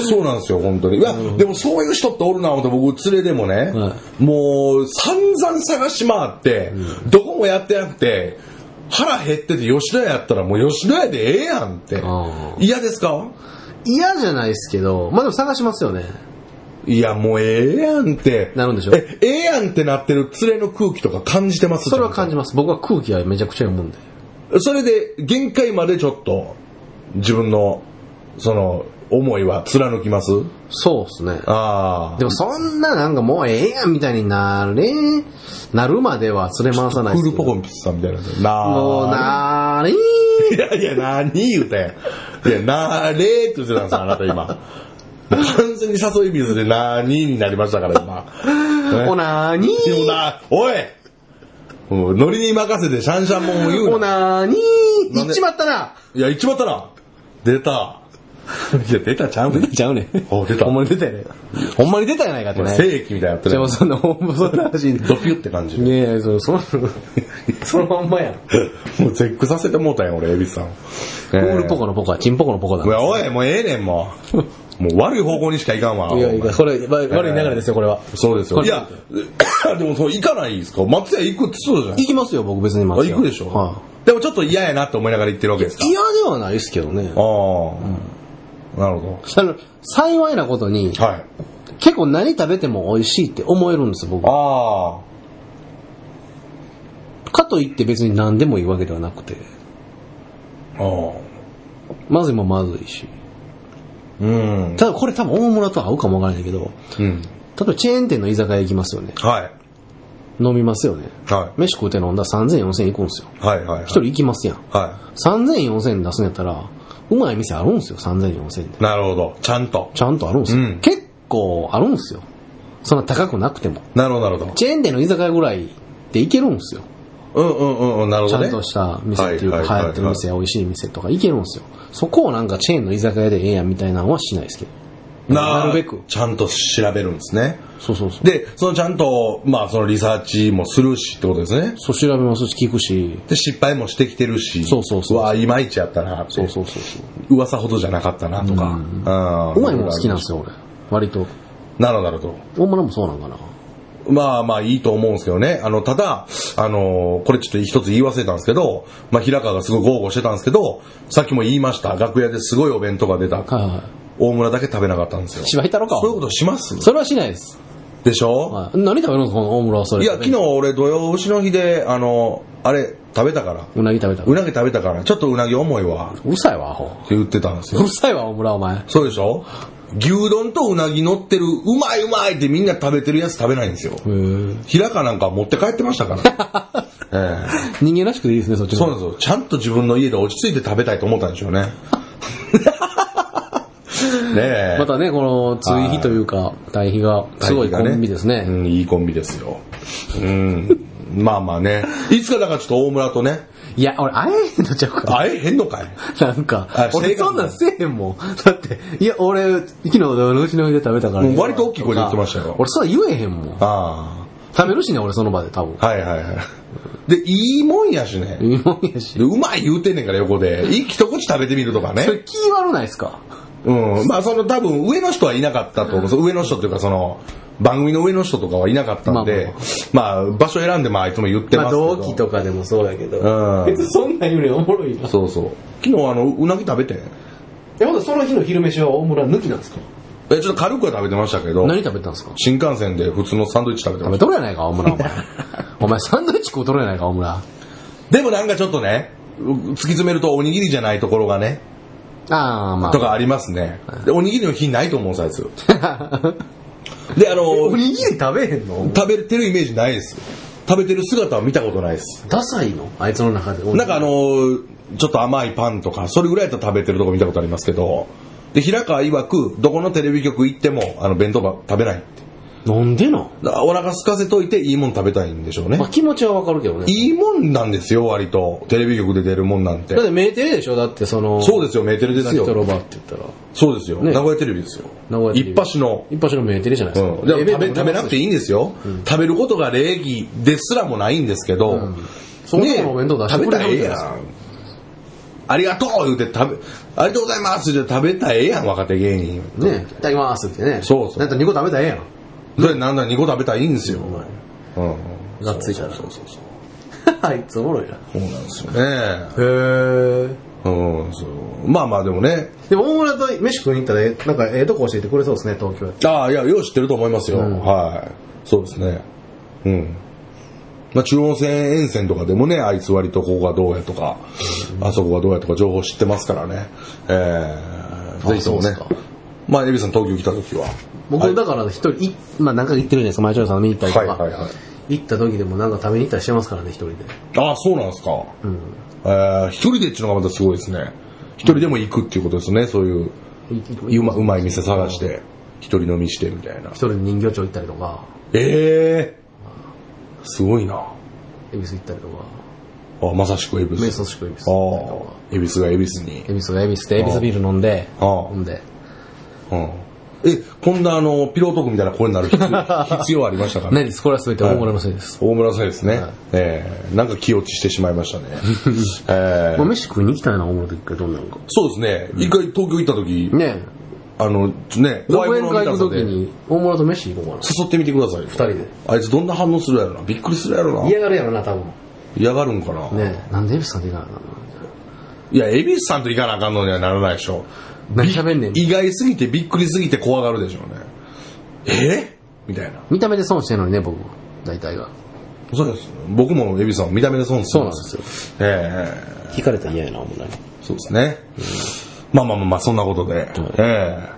Speaker 2: そうなんですよ、本当に。いや、でもそういう人っておるな、思って僕連れでもね、
Speaker 3: は
Speaker 2: もう散々探し回って、どこもやってなくて、腹減ってて吉田屋やったらもう吉田屋でええやんって
Speaker 3: あ。ー
Speaker 2: 嫌ですか
Speaker 3: 嫌じゃないですけど、まあ、でも探しますよね。
Speaker 2: いや、もうええやんって。
Speaker 3: なるんでしょ
Speaker 2: え、ええやんってなってる連れの空気とか感じてます
Speaker 3: それは感じ
Speaker 2: ま
Speaker 3: ます。僕は空気はめちゃくちゃ読むんで。
Speaker 2: す。それで、限界までちょっと、自分の、その、思いは貫きます
Speaker 3: そうっすね。
Speaker 2: ああ。
Speaker 3: でもそんななんかもうええやんみたいになれ、なるまでは連れ回さない
Speaker 2: ク
Speaker 3: で
Speaker 2: ール
Speaker 3: すけ
Speaker 2: ポ
Speaker 3: ど
Speaker 2: コンピスさんみたいなやつ。なあ
Speaker 3: もうなれ
Speaker 2: いやいや、なーに言うて。いや、なーれーって言ってたんですよ、あなた今。もう完全に誘い水でなーにーになりましたから、 今。
Speaker 3: おなーに
Speaker 2: ー。おなおいもうノリに任せてシャンシャンもんを言
Speaker 3: お
Speaker 2: うな。
Speaker 3: なーに
Speaker 2: ないんで
Speaker 3: っちまったない
Speaker 2: や、言っちまったな。出 た。いや、出たちゃうねん。
Speaker 3: ちゃうね
Speaker 2: お出た
Speaker 3: ほんまに出たよね。ほんまに出たやないかってね。
Speaker 2: 正規みたいになって
Speaker 3: で
Speaker 2: る
Speaker 3: も。そんな、ほんまそんな話。ね
Speaker 2: ドピュって感 じ。
Speaker 3: え、そ の、その、そのまんまやん。
Speaker 2: もう絶句させてもうたやん、俺、エビスさん。ク
Speaker 3: クールポコのポコはチンポコのポコだ。
Speaker 2: いやおい、もうええねん、も う。もう悪い方向にしかいかんわ。
Speaker 3: いやいや、これ、わ悪い流れですよ、これは。
Speaker 2: そうですよ。
Speaker 3: こ
Speaker 2: い
Speaker 3: れ
Speaker 2: や、 でもそう、行かないですか松屋行くってそうじゃない
Speaker 3: 行きますよ、僕別に松
Speaker 2: あ行
Speaker 3: 屋
Speaker 2: くでしょ、
Speaker 3: は
Speaker 2: でもちょっと嫌やなって思いながら行ってるわけですか
Speaker 3: い。嫌ではないですけどね。
Speaker 2: ああ、なるほ
Speaker 3: あの、幸いなことに、
Speaker 2: ど。はい。
Speaker 3: 結構何食べても美味しいって思えるんですよ、僕。
Speaker 2: あ
Speaker 3: かといって別に何でもいいわけではなくて。
Speaker 2: あ。ああ。
Speaker 3: まずいもんまずいし。
Speaker 2: うん。
Speaker 3: ただこれ多分大村とは合うかもわからないけど、
Speaker 2: うん。
Speaker 3: 例えばチェーン店の居酒屋行きますよね。
Speaker 2: は
Speaker 3: 飲みますよね。
Speaker 2: い。は
Speaker 3: 飯食うて飲んだら3000、4000行くんですよ。
Speaker 2: い。はい。はい。
Speaker 3: 一人行きますやん。
Speaker 2: は
Speaker 3: 3000、4000出すんやったら、うまい店あるんですよ、3000、4000で
Speaker 2: い。。なるほど。ちゃんと。
Speaker 3: ちゃんとあるんですよ。
Speaker 2: うん
Speaker 3: 結構あるんですよ。そんな高くなくても。
Speaker 2: なるほど、なるほど。
Speaker 3: チェーン店の居酒屋ぐらいで行けるんですよ。
Speaker 2: うんうんうんうん、なるほ
Speaker 3: ち
Speaker 2: ど、
Speaker 3: ゃ
Speaker 2: ね。
Speaker 3: んとした店っていうか、
Speaker 2: は
Speaker 3: 流
Speaker 2: いはいはいはい
Speaker 3: 行ってる店、美味しい店とか行けるんですよ。そこをなんかチェーンの居酒屋でええやんみたいなのはしないですけど。
Speaker 2: な
Speaker 3: なるべく。
Speaker 2: ちゃんと調べるんですね。
Speaker 3: そうそうそう。
Speaker 2: で、そのちゃんと、まあ、そのリサーチもするしってことですね。
Speaker 3: そう調べますし、聞くし。
Speaker 2: で、失敗もしてきてるし。
Speaker 3: そうそうそう
Speaker 2: わあ、いまいちやったなって。
Speaker 3: そうそうそうそう。
Speaker 2: 噂ほどじゃなかったなとか。う
Speaker 3: うまいもん好きなんです
Speaker 2: よ。
Speaker 3: よ、俺。割と。
Speaker 2: なるほど、なるほ
Speaker 3: 大村もそうなんかな。
Speaker 2: ど。まあまあいいと思うんですけどね。あの、ただ、あの、これちょっと一つ言い忘れたんですけど、まあ平川がすごい豪語してたんですけど、さっきも言いました、楽屋ですごいお弁当が出た。
Speaker 3: はいはいは
Speaker 2: 大村だけ食べなかったんですよ
Speaker 3: い。。芝居太郎か。
Speaker 2: そういうことします
Speaker 3: それはしないです。
Speaker 2: でしょ、
Speaker 3: はい、何食べるのこの大室はそれ。
Speaker 2: いや、昨日俺土曜牛の日で、あの、あれ、食べたから。
Speaker 3: うなぎ食べた。
Speaker 2: うなぎ食べたから、ちょっとうなぎ重いわ。って
Speaker 3: うるさいわ、アホ。
Speaker 2: 言ってたんです
Speaker 3: う
Speaker 2: よ。
Speaker 3: るさいわ、大村、お前。
Speaker 2: そうでしょ牛丼とうなぎ乗ってる、うまいうまいってみんな食べてるやつ食べないんですよ。
Speaker 3: 人
Speaker 2: ひらかなんか持って帰ってましたから。 ええ
Speaker 3: 間らしくていいですね、そっちの
Speaker 2: そうなんですよ。ちゃんと自分の家で落ち着いて食べたいと思ったんでし ょうね。ねえ。
Speaker 3: またね、この、追肥というか、対比が、すごいコンビです
Speaker 2: う
Speaker 3: ね。
Speaker 2: ん、いいコンビですよ。うん。まあまあね。いつかだからちょっと大村とね、
Speaker 3: いや、俺、会えへんのちゃうか。
Speaker 2: 会えへんのかい
Speaker 3: なんか
Speaker 2: あ、性
Speaker 3: 俺
Speaker 2: 格
Speaker 3: そんなんせえへんもん。だって、いや、俺、昨日、うちの家で食べたから。
Speaker 2: もう割と大きい声で言ってましたよ
Speaker 3: 俺、それ言えへんもん。
Speaker 2: あ
Speaker 3: 食べるしね、俺、その場で、多分。
Speaker 2: あ。はいはいはい。で、いいもんやしね。
Speaker 3: いいもんやし。
Speaker 2: でうまい言うてんねんから横で。い一口食べてみるとかね
Speaker 3: そ。れ、気悪ないですか
Speaker 2: うん。まあその多分上の人はいなかったと思うんです上の人というかその、番組の上の人とかはいなかったんで、まあ場所選んでまあいつも言ってますけど。
Speaker 4: かでもそうやけど
Speaker 2: うん
Speaker 4: 別にそんなんよりおもろいな。
Speaker 2: そうそう。昨日あの、うなぎ食べてん
Speaker 4: え、ほんとその日の昼飯は大村抜きなんですか
Speaker 2: え、ちょっと軽くは食べてましたけど、
Speaker 3: 何食べたんですか
Speaker 2: 新幹線で普通のサンドイッチ食べて
Speaker 3: 食
Speaker 2: ま
Speaker 3: べ
Speaker 2: した。
Speaker 3: とるやないか、大村、お 前。お前、サンドイッチ食うとるやないか、大村。
Speaker 2: でもなんかちょっとね、う突き詰めるとおにぎりじゃないところがね、
Speaker 3: あー、まあ。
Speaker 2: とかありますね。で、おにぎりの日ないと思うんですあい つ。で、あの、
Speaker 3: にぎり食べへんの
Speaker 2: 食べてるイメージないです。食べてる姿は見たことないです。
Speaker 3: ダサいのあいつの中で。
Speaker 2: なんかあの、ちょっと甘いパンとか、それぐらいやったら食べてるとこ見たことありますけど、で、平川曰く、どこのテレビ局行っても、あの、弁当ば食べないって。
Speaker 3: なんでなん
Speaker 2: だからお腹空かせといていいもん食べたいんでしょうね
Speaker 3: まあ。気持ちはわかるけどね。
Speaker 2: いいもんなんですよ、割と。テレビ局で出るもんなんて
Speaker 3: だっ。てメーテレでしょだってその、
Speaker 2: そう
Speaker 3: で
Speaker 2: ですよ、メーテルです
Speaker 3: トロ
Speaker 2: よ。
Speaker 3: バって言ったら。
Speaker 2: そうですよ。
Speaker 3: ね
Speaker 2: 名古屋テレビですよ。
Speaker 3: 名古屋テレビ
Speaker 2: 一発の。
Speaker 3: 一発のメーテレじゃないです
Speaker 2: うん、
Speaker 3: か。
Speaker 2: でも食べ食べなくてい
Speaker 3: い。
Speaker 2: いんですよ、食べることが礼儀ですらもないんですけど、
Speaker 3: そもそもお弁当出して
Speaker 2: 食
Speaker 3: く
Speaker 2: べ
Speaker 3: れ
Speaker 2: た
Speaker 3: は
Speaker 2: ら
Speaker 3: る
Speaker 2: ええ
Speaker 3: じ
Speaker 2: や
Speaker 3: ゃないですか
Speaker 2: んありがとう言うて食べありがとうございます言うて食べたらええやん若手芸人
Speaker 3: ねいただきますってね。
Speaker 2: そうそう
Speaker 3: だったら2個食べたらええやん。
Speaker 2: それなんだ2個食べたらいいんですよ、
Speaker 3: お前。
Speaker 2: うん、
Speaker 3: がっついたら。そうそうそう。 あいつおもろいな。
Speaker 2: そ
Speaker 3: へ
Speaker 2: うなんですよね、
Speaker 3: え。
Speaker 2: うん、そうまあまあでもね
Speaker 4: でも大村と飯食いに行ったらえ、なんかええとこ教えてくれそうですね、東京やっ
Speaker 2: ああいやよう知ってると思いますよ、
Speaker 3: うん
Speaker 2: はいそうですねうんまあ、中央線沿線とかでもね、あいつ割とここがどうやとか、あそこがどうやとか情報知ってますからね。えー、ぜひとも
Speaker 3: そうで
Speaker 2: ね
Speaker 3: すか。
Speaker 2: まあ、エビさん東京来た時は。
Speaker 3: 僕だから一人、いまあ何回か行ってるじゃないですか。前城さんの見に行ったりと
Speaker 2: はい
Speaker 3: か。
Speaker 2: はいはい。
Speaker 3: 行った時でもなんか食べに行ったりしてますからね、一人で。
Speaker 2: ああ、そうなんですか。
Speaker 3: うん。
Speaker 2: えー、一人でっていうのがまたすごいですね。一人でも行くっていうことですね、そういう、うまうまい店探して、一人飲みしてみたいな
Speaker 3: 一。人で人形町行ったりとか、
Speaker 2: ええー、すごいな。
Speaker 3: 恵比寿行ったりとか、
Speaker 2: あまさしく恵比寿。
Speaker 3: メイソン宿恵比寿
Speaker 2: あ
Speaker 3: 行ったりとか。
Speaker 2: あ、恵比寿が恵比寿に。
Speaker 3: 恵比寿が恵比寿で、恵比寿ビール飲んで、
Speaker 2: ああ
Speaker 3: 飲んで。
Speaker 2: うん。え、こんなあの、ピロートークみたいな声になる必 要必要ありましたか
Speaker 3: 何
Speaker 2: ね。
Speaker 3: ですこれは全て大村のせいです。
Speaker 2: 大村さんですね。
Speaker 3: はい
Speaker 2: えーなんか気落ちしてしまいま したね。え
Speaker 3: まあ
Speaker 2: ー
Speaker 3: 飯食いに行きたいな、大村と一回どんなんか。
Speaker 2: そうですね。一回東京行った時、
Speaker 3: ね
Speaker 2: あの、ね、
Speaker 3: え。独演
Speaker 2: 怖い
Speaker 3: 会
Speaker 2: もの見たの
Speaker 3: 行く
Speaker 2: で
Speaker 3: 時に、大村と飯行こうか
Speaker 2: 誘ってみてくださいよ。二
Speaker 3: 人で。
Speaker 2: あいつどんな反応するやろな。びっくりするやろ
Speaker 4: た
Speaker 2: な。
Speaker 4: 嫌がるやろな、多分。
Speaker 2: 嫌がるんかな。
Speaker 3: な。ねえ。なんで恵比寿さんで行かなあかん
Speaker 2: いや、恵比寿さんと行かなあかんのにはならないでしょ。
Speaker 3: の何喋んねん。
Speaker 2: 意外すぎてびっくりすぎて怖がるでしょうね。えみたいな。
Speaker 3: 見た目で損してるのにね、僕。大体が。
Speaker 2: そうです。僕も恵比寿さん見た目で損す
Speaker 3: そう
Speaker 2: る
Speaker 3: なんですよ。
Speaker 2: ええ
Speaker 3: 聞かれたら嫌やな、大村に。
Speaker 2: そうですね。まあまあまあまあ、そんなことで。ええ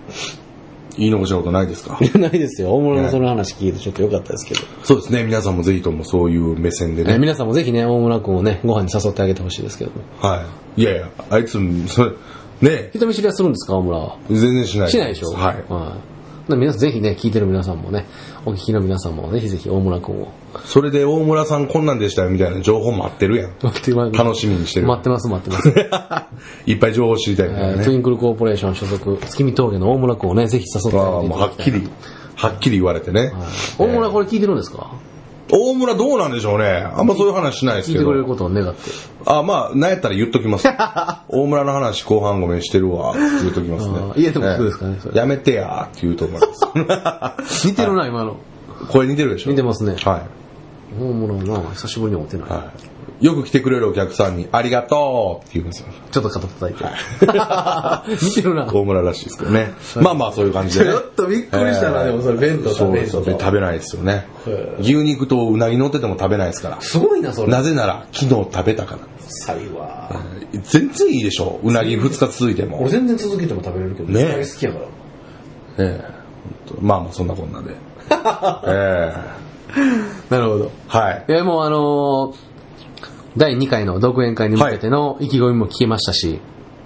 Speaker 2: 言い残したことないですか
Speaker 5: ないですよ。大物のその話聞いてちょっと良かったですけど。
Speaker 2: そうですね。皆さんもぜひともそういう目線で
Speaker 3: え
Speaker 2: ね。
Speaker 3: 皆さんもぜひね、大村君をね、ご飯に誘ってあげてほしいですけどね。
Speaker 2: はい。いやいや、あいつ、それ、ね
Speaker 3: 人見知りはするんですか、大村は。
Speaker 2: 全然しない。
Speaker 3: しないでしょ
Speaker 2: はい。
Speaker 3: い。皆さん、ぜひね、聞いてる皆さんもね、お聞きの皆さんも、ぜひぜひ大村くんを。
Speaker 2: それで大村さんこんなんでしたよみたいな情報待ってるや ん。
Speaker 3: 待ってます
Speaker 2: 楽しみにしてる。
Speaker 3: 待ってます、待って ます。
Speaker 2: いっぱい情報知りたいか
Speaker 3: え
Speaker 2: ら
Speaker 3: ートゥイ
Speaker 2: ね。
Speaker 3: ンクルコーポレーション所属、月見峠の大村くんをね、ぜひ誘って
Speaker 2: あ
Speaker 3: あ
Speaker 2: あ、
Speaker 3: げてい
Speaker 2: もう
Speaker 3: た
Speaker 2: は
Speaker 3: だ
Speaker 2: っ
Speaker 3: きた
Speaker 2: き
Speaker 3: いな。
Speaker 2: り、はっきり言われてね。
Speaker 3: はい大村これ聞いてるんですか
Speaker 2: 大村どうなんでしょうね。あんまそういう話しないです
Speaker 3: 聞い
Speaker 2: け
Speaker 3: てくれる
Speaker 2: ど。
Speaker 3: ことを願って。
Speaker 2: あ、まあ、なんやったら言っときます。大村の話後半ごめんしてるわ。言っときます
Speaker 3: あ
Speaker 2: ね。
Speaker 3: ーいやでもそうですかね
Speaker 2: ええ
Speaker 3: それ
Speaker 2: やめてやーって言うと思い ます。
Speaker 3: 似てるな、今の。
Speaker 2: 声似てるでしょ
Speaker 3: 似てますね
Speaker 2: は。
Speaker 3: 大村はな、久しぶりに会うてないい。
Speaker 2: はい。よく来てくれるお客さんに、ありがとうって言うんですよ。
Speaker 3: ちょっと肩叩いて。 似てるな。
Speaker 2: 大村らしいですけどね。まあまあそういう感じで、ね。
Speaker 4: ちょっとびっくりしたな
Speaker 2: えー
Speaker 4: でもそれ弁当
Speaker 2: そうです
Speaker 4: 食
Speaker 2: よ
Speaker 4: べ
Speaker 2: ね。
Speaker 4: ると
Speaker 2: 食べないですよね。牛肉とうなぎ乗ってても食べないですから。
Speaker 3: すごいな、それ。
Speaker 2: なぜなら、昨日食べたから。
Speaker 3: 臭いわ。
Speaker 2: 全然いいでしょう。うなぎ2日続いても。
Speaker 3: 俺全然続けても食べれるけど、
Speaker 2: ね
Speaker 3: 大好きやから。
Speaker 2: ええほんとまあまあそんなこん なで。え
Speaker 3: なるほど。
Speaker 2: えはい。
Speaker 3: いや、もうあのー第2回の独演会に向けての意気込みも聞けましたし、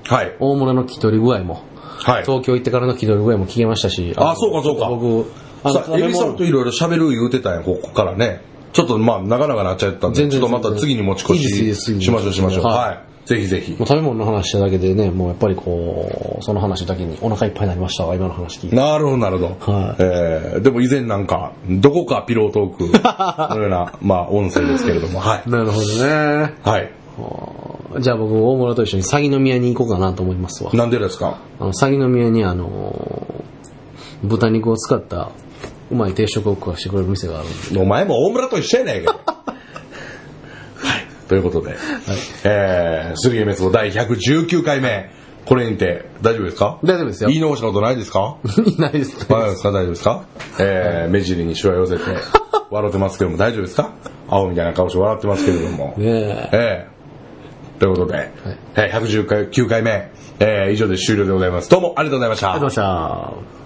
Speaker 2: はい。
Speaker 3: 大物の聞き取り具合も、
Speaker 2: はい。
Speaker 3: 東京行ってからの聞き取り具合も聞けましたし、
Speaker 2: あ
Speaker 3: の
Speaker 2: そうかそうか
Speaker 3: 僕、
Speaker 2: さあ、エビさんといろいろ喋る言うてたんや、ここからね。ちょっとまあ、長々なっちゃったんで、
Speaker 3: 全
Speaker 2: ちょ
Speaker 3: 然
Speaker 2: っとまた次に持ち越
Speaker 3: いいですいい
Speaker 2: し
Speaker 3: ですいいで
Speaker 2: し
Speaker 3: す
Speaker 2: ましょうしましょう。
Speaker 3: はい
Speaker 2: はい。ぜひぜひ
Speaker 3: も。う食べ物の話しただけでね、もうやっぱりこう、その話だけにお腹いっぱいになりましたわ、今の話聞いて。
Speaker 2: なるほど、なるほど。
Speaker 3: はい
Speaker 2: えーでも以前なんか、どこかピロートークのような、 まあ、音声ですけれども、はい。
Speaker 3: なるほどね。
Speaker 2: はい。
Speaker 3: じゃあ僕、大村と一緒に詐欺の宮に行こうかなと思いますわ。
Speaker 2: なんでですか
Speaker 3: あの、詐欺の宮にあのー豚肉を使ったうまい定食を食わしてくれる店があるんで。
Speaker 2: お前も大村と一緒やない か。はい。ということで、えー、すりげ滅亡第119回目、これにて、大丈夫ですか
Speaker 3: 大丈夫 ですよ。
Speaker 2: 言い直したことないですか
Speaker 3: いないですね。
Speaker 2: 大丈夫ですか大丈夫ですかえー、目尻にシワ寄 せて、笑ってますけども、大丈夫ですか青みたいな顔して笑ってますけれども。
Speaker 3: ねえ。
Speaker 2: ええということで、えー119回9回目、えー以上で終了でございます。どうもありがとうございました
Speaker 3: ありがとうございました。